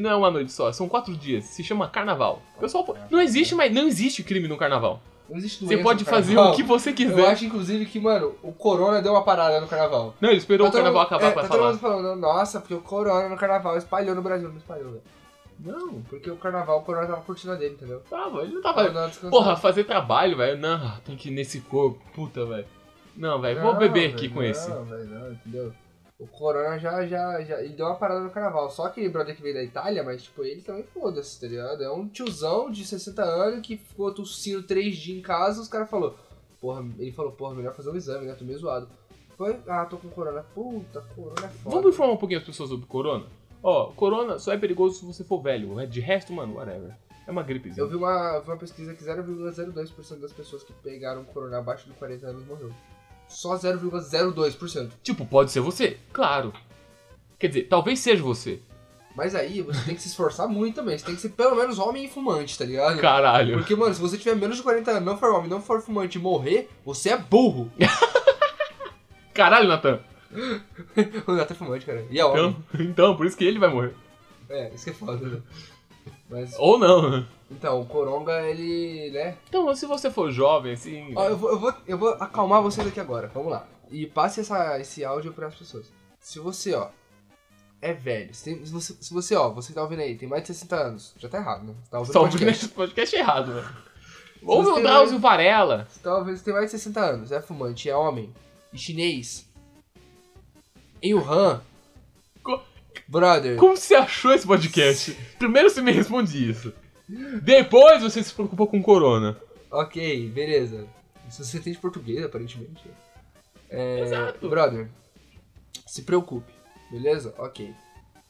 [SPEAKER 1] Não é uma noite só, são quatro dias. Se chama Carnaval.
[SPEAKER 2] Ah,
[SPEAKER 1] Pessoal, pô, não existe, mas não existe crime no Carnaval.
[SPEAKER 2] tá. Não existe doença
[SPEAKER 1] Você pode
[SPEAKER 2] no
[SPEAKER 1] fazer
[SPEAKER 2] carnaval.
[SPEAKER 1] o que você
[SPEAKER 2] Eu
[SPEAKER 1] quiser.
[SPEAKER 2] acho, inclusive, que, mano, o corona deu uma parada no carnaval.
[SPEAKER 1] Não, ele esperou
[SPEAKER 2] Tá
[SPEAKER 1] Então o Carnaval
[SPEAKER 2] todo mundo-
[SPEAKER 1] acabar
[SPEAKER 2] é,
[SPEAKER 1] pra
[SPEAKER 2] tá todo
[SPEAKER 1] falar.
[SPEAKER 2] mundo falando, nossa, porque o corona no carnaval espalhou no Brasil. Não espalhou, velho.
[SPEAKER 1] Não,
[SPEAKER 2] Porque o carnaval, o corona tava curtindo a dele, entendeu?
[SPEAKER 1] tava, ele não
[SPEAKER 2] Tava
[SPEAKER 1] tava.
[SPEAKER 2] dando descansado.
[SPEAKER 1] Ah, Porra, fazer trabalho, velho. Não, tem que ir nesse corpo, puta, velho. Não, velho, vou
[SPEAKER 2] Não,
[SPEAKER 1] beber aqui
[SPEAKER 2] velho,
[SPEAKER 1] com esse.
[SPEAKER 2] Não, velho, não, entendeu? O Corona já, já, já. Ele deu uma parada no carnaval. Só aquele brother que veio da Itália, mas, tipo, ele também foda-se, tá ligado? É um tiozão de 60 anos que ficou tossindo três dias em casa. Os caras falaram, porra, ele falou, porra, melhor fazer um exame, né? Tô meio zoado. Foi, ah, tô com Corona. Puta, Corona é foda.
[SPEAKER 1] Vamos informar um pouquinho as pessoas sobre Corona? Ó, Corona só é perigoso se você for velho. né? De resto, mano, whatever. É uma gripezinha.
[SPEAKER 2] Eu vi uma, eu vi uma pesquisa que 0,02% das pessoas que pegaram Corona abaixo de 40 anos morreu. Só 0,02%.
[SPEAKER 1] Tipo, pode ser você? Claro. Quer dizer, talvez seja você.
[SPEAKER 2] Mas aí você tem que se esforçar muito também. Você tem que ser pelo menos homem e fumante, tá ligado?
[SPEAKER 1] Caralho.
[SPEAKER 2] Porque, mano, se você tiver menos de 40 anos, não for homem, não for fumante e morrer, você é burro.
[SPEAKER 1] Caralho, Natan.
[SPEAKER 2] o Neto é fumante, cara. E é homem.
[SPEAKER 1] Então, então, por isso que ele vai morrer.
[SPEAKER 2] É, isso que é foda, né? Mas,
[SPEAKER 1] Ou não, né?
[SPEAKER 2] então, o Coronga, ele, né?
[SPEAKER 1] Então, se você for jovem, assim.
[SPEAKER 2] Ó, eu vou, eu vou, eu vou acalmar vocês aqui agora, vamos lá. E passe essa, esse áudio pras pessoas. Se você, ó, é velho, se, tem- se você, se você, ó, você tá ouvindo aí, tem mais de 60 anos, já tá errado, né? Você tá ouvindo
[SPEAKER 1] Só [laughs] ouvindo
[SPEAKER 2] podcast.
[SPEAKER 1] esse podcast é errado, velho. Ouve o
[SPEAKER 2] tem um-
[SPEAKER 1] Drauzio Varela.
[SPEAKER 2] Talvez tem mais de 60 anos, é fumante, é homem, e chinês. Em Wuhan.
[SPEAKER 1] Co-
[SPEAKER 2] Brother.
[SPEAKER 1] Como você achou esse podcast? Primeiro você me responde isso. Depois você se preocupou com corona.
[SPEAKER 2] Ok, beleza. Se você tem de português, aparentemente.
[SPEAKER 1] É, Exato.
[SPEAKER 2] Brother, se preocupe, beleza? Ok.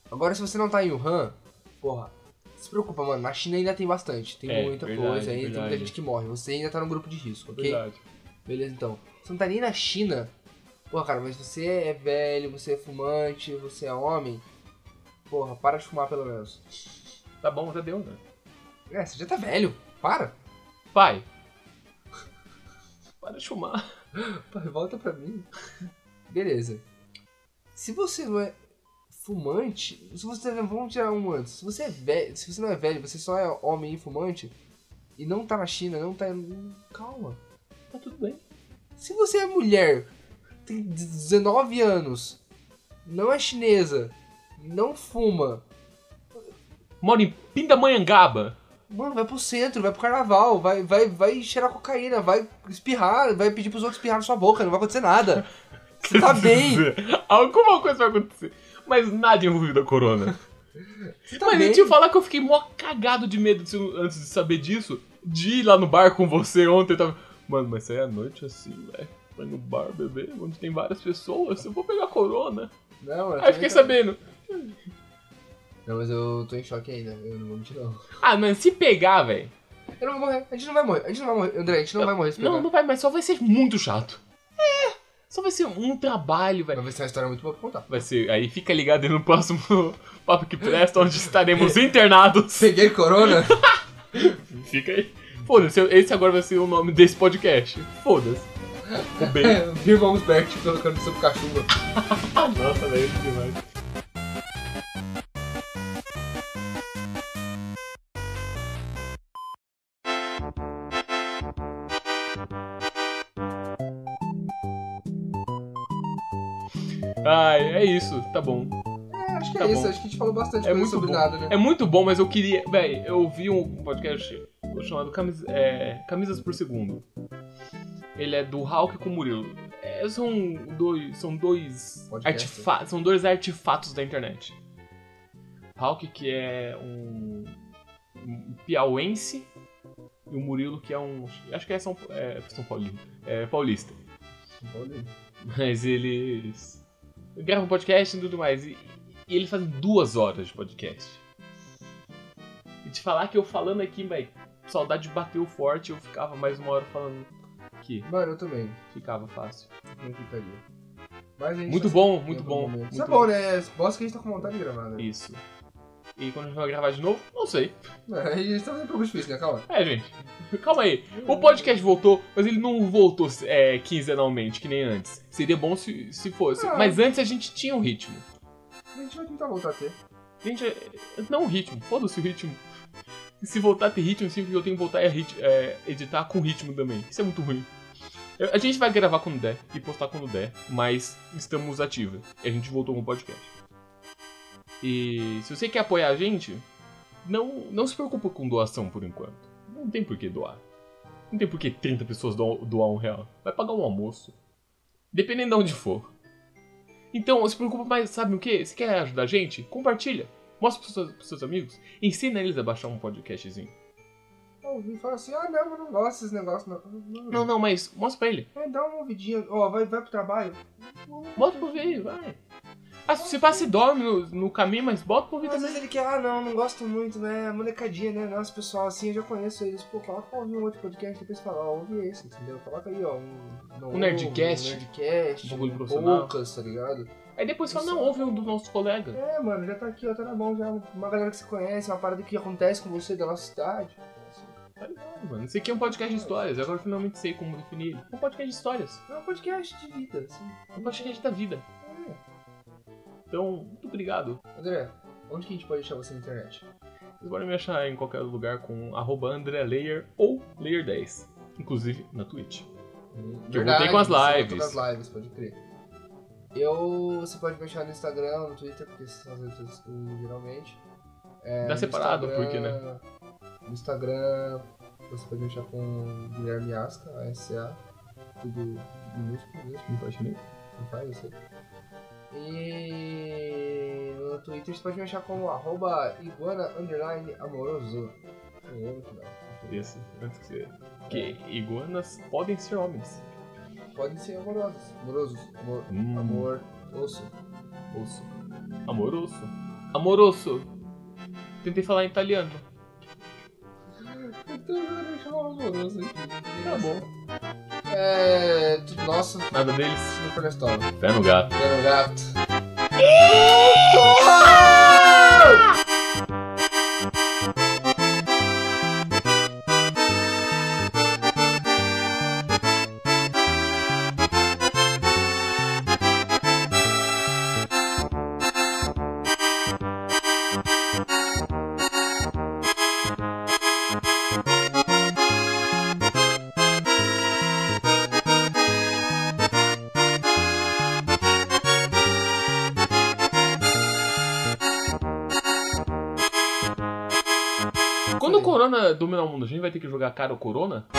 [SPEAKER 2] Agora, se você não tá em Wuhan, porra, se preocupa, mano. Na China ainda tem bastante. Tem
[SPEAKER 1] É,
[SPEAKER 2] muita
[SPEAKER 1] verdade,
[SPEAKER 2] coisa ainda, tem
[SPEAKER 1] verdade.
[SPEAKER 2] muita gente que morre. Você ainda tá no grupo de risco, ok?
[SPEAKER 1] Verdade.
[SPEAKER 2] Beleza, então. Você não tá nem na China. Porra, cara, mas você é velho, você é fumante, você é homem. Porra, para de fumar pelo menos.
[SPEAKER 1] Tá bom, já deu, né?
[SPEAKER 2] É, você já tá velho. Para.
[SPEAKER 1] Pai. Para de fumar.
[SPEAKER 2] Pô, volta pra mim. Beleza. Se você não é fumante, se você vamos tirar um antes. Se você é velho, se você não é velho, você só é homem e fumante e não tá na China, não tá calma.
[SPEAKER 1] Tá tudo bem.
[SPEAKER 2] Se você é mulher, tem 19 anos, não é chinesa, não fuma,
[SPEAKER 1] Mora em Pindamonhangaba.
[SPEAKER 2] mano, vai pro centro, vai pro carnaval, vai vai vai cheirar cocaína, vai espirrar, vai pedir pros outros espirrar na sua boca, não vai acontecer nada.
[SPEAKER 1] [laughs]
[SPEAKER 2] Você tá
[SPEAKER 1] Quer
[SPEAKER 2] bem.
[SPEAKER 1] dizer, Alguma coisa vai acontecer. Mas nada envolvido a corona.
[SPEAKER 2] Você tá
[SPEAKER 1] Mas
[SPEAKER 2] bem.
[SPEAKER 1] eu um te falar que eu fiquei mó cagado de medo disso antes de saber disso. De ir lá no bar com você ontem. eu Tava... Mano, mas sair à noite assim, velho. Vai no bar, bebê, onde tem várias pessoas. Eu vou pegar corona.
[SPEAKER 2] Não, eu
[SPEAKER 1] Aí eu fiquei
[SPEAKER 2] também-
[SPEAKER 1] sabendo.
[SPEAKER 2] Não, mas eu tô em choque ainda. Eu não vou mentir, não.
[SPEAKER 1] Ah, mano, se pegar, velho.
[SPEAKER 2] Eu não vou morrer. A gente não vai morrer. A gente não vai morrer. André, a gente não vai morrer se pegar.
[SPEAKER 1] Não, não vai, mas só vai ser muito chato. É. Só vai ser um trabalho, velho.
[SPEAKER 2] Mas vai ser uma história muito boa pra contar.
[SPEAKER 1] Vai ser. Aí fica ligado aí no próximo [laughs] Papo que Presta, onde
[SPEAKER 2] [laughs]
[SPEAKER 1] estaremos internados.
[SPEAKER 2] Peguei corona? [laughs]
[SPEAKER 1] Fica aí. Foda-se, esse agora vai ser o nome desse podcast. Foda-se. O B.
[SPEAKER 2] Viva os Bert tipo, colocando sobre cachumba.
[SPEAKER 1] Nossa, velho, que demais. Ai, é isso, tá bom.
[SPEAKER 2] É, acho que
[SPEAKER 1] Tá
[SPEAKER 2] é isso.
[SPEAKER 1] bom.
[SPEAKER 2] Acho que a gente falou bastante
[SPEAKER 1] É
[SPEAKER 2] coisa
[SPEAKER 1] muito
[SPEAKER 2] sobre
[SPEAKER 1] bom.
[SPEAKER 2] nada, né?
[SPEAKER 1] É muito bom, mas eu queria. Véi, eu vi um podcast chamado Camis- é, Camisas por Segundo. Ele é do Hulk com o Murilo. É, são dois. São dois.
[SPEAKER 2] Podcast. né?
[SPEAKER 1] Artefa são dois artefatos da internet. Hulk, que é um. um piauense. E o Murilo, que é um. Acho que é São, é, São Paulino. É paulista. Mas eles gravam podcast e tudo mais. E, e eles fazem duas horas de podcast. E te falar que eu falando aqui, mas saudade bateu forte, eu ficava mais uma hora falando aqui.
[SPEAKER 2] Mano, eu também.
[SPEAKER 1] Ficava fácil.
[SPEAKER 2] Não ficaria. Mas a gente
[SPEAKER 1] Muito
[SPEAKER 2] tá-
[SPEAKER 1] bom,
[SPEAKER 2] em
[SPEAKER 1] muito
[SPEAKER 2] algum
[SPEAKER 1] bom.
[SPEAKER 2] momento.
[SPEAKER 1] Muito
[SPEAKER 2] Isso é bom, né? Bosta que a gente tá com vontade de gravar, né?
[SPEAKER 1] Isso. E quando a gente vai gravar de novo, não sei.
[SPEAKER 2] É, a gente tá fazendo pouco difícil, né? Calma.
[SPEAKER 1] É, gente. [laughs] Calma aí. O podcast voltou, mas ele não voltou é, quinzenalmente, que nem antes. Seria bom se, se fosse.
[SPEAKER 2] Ah.
[SPEAKER 1] Mas antes a gente tinha um ritmo.
[SPEAKER 2] A gente vai tentar voltar a ter.
[SPEAKER 1] Gente, é- é- não o ritmo, foda-se o ritmo. Se voltar a ter ritmo, sim, porque eu tenho que voltar a rit- é, editar com ritmo também. Isso é muito ruim. Eu- A gente vai gravar quando der e postar quando der, mas estamos ativos. E a gente voltou com o podcast. E se você quer apoiar a gente, não, não se preocupa com doação por enquanto. Não tem por que doar. Não tem por que 30 pessoas doam- doar um real. Vai pagar um almoço. Dependendo de onde for. Então, se preocupa mais, sabe o que? Se quer ajudar a gente, compartilha. Mostra pros seus, pros seus amigos. Ensina eles a baixar um podcastzinho.
[SPEAKER 2] Hum. Ouvir e falar assim, ah não, eu não gosto desses negócios, não.
[SPEAKER 1] Não, não, mas mostra pra ele.
[SPEAKER 2] É, dá uma ouvidinha, ó, vai, vai pro trabalho.
[SPEAKER 1] Bota pra ouvir aí, vai. Ah, se você passa e dorme no, no caminho, mas bota pra ouvir
[SPEAKER 2] Às
[SPEAKER 1] também.
[SPEAKER 2] vezes ele quer, ah não, não gosto muito, né? A molecadinha, né? Nossa, pessoal, assim, eu já conheço eles. Pô, coloca pra ouvir um outro podcast, depois fala, ó, ouve esse, entendeu? Coloca aí, ó, um. não,
[SPEAKER 1] Um Nerdcast.
[SPEAKER 2] Um Nerdcast.
[SPEAKER 1] Um bagulho
[SPEAKER 2] um
[SPEAKER 1] profissional.
[SPEAKER 2] Poucas, tá ligado?
[SPEAKER 1] Aí depois fala, não, ouve um do nosso colega.
[SPEAKER 2] É, mano, já tá aqui, ó, tá na mão já. Uma galera que se conhece, uma parada que acontece com você da nossa cidade. assim.
[SPEAKER 1] Tá legal, mano. Isso aqui é um podcast de histórias. Agora eu finalmente sei como definir ele. Um podcast de histórias.
[SPEAKER 2] É um podcast de vida, assim.
[SPEAKER 1] Um podcast da vida.
[SPEAKER 2] É.
[SPEAKER 1] Então, muito obrigado.
[SPEAKER 2] André, onde que a gente pode deixar você na internet?
[SPEAKER 1] Vocês podem me achar em qualquer lugar com arroba AndréLayer ou Layer10. Inclusive na Twitch. eu voltei com as
[SPEAKER 2] você voltou
[SPEAKER 1] lives.
[SPEAKER 2] com as lives, pode crer. Eu, você pode me achar no Instagram, no Twitter, porque essas são as redes sociais que eu uso geralmente. É,
[SPEAKER 1] Dá
[SPEAKER 2] no
[SPEAKER 1] Tá separado, né?
[SPEAKER 2] Instagram-
[SPEAKER 1] porque,
[SPEAKER 2] No Instagram, você pode me achar com Guilherme Asca, ASA, tudo minúsculo mesmo.
[SPEAKER 1] Não faz nem.
[SPEAKER 2] Não faz, eu sei. E no Twitter você pode me achar como arroba iguana underline amoroso. Eu amo que não.
[SPEAKER 1] Isso, antes assim, que você. Que iguanas podem ser homens.
[SPEAKER 2] Podem ser amorosos. Amorosos. Amor.
[SPEAKER 1] Hum.
[SPEAKER 2] Amor. Osso.
[SPEAKER 1] Osso. Amoroso. Amoroso. Tentei falar em italiano.
[SPEAKER 2] Então eu vou chamar amoroso aqui. né?
[SPEAKER 1] Tá bom.
[SPEAKER 2] É. tudo Nosso.
[SPEAKER 1] Nada deles.
[SPEAKER 2] Super Nestor.
[SPEAKER 1] Pé no gato.
[SPEAKER 2] Era gato.
[SPEAKER 1] Quando o Corona dominar o mundo, a gente vai ter que jogar cara ao Corona?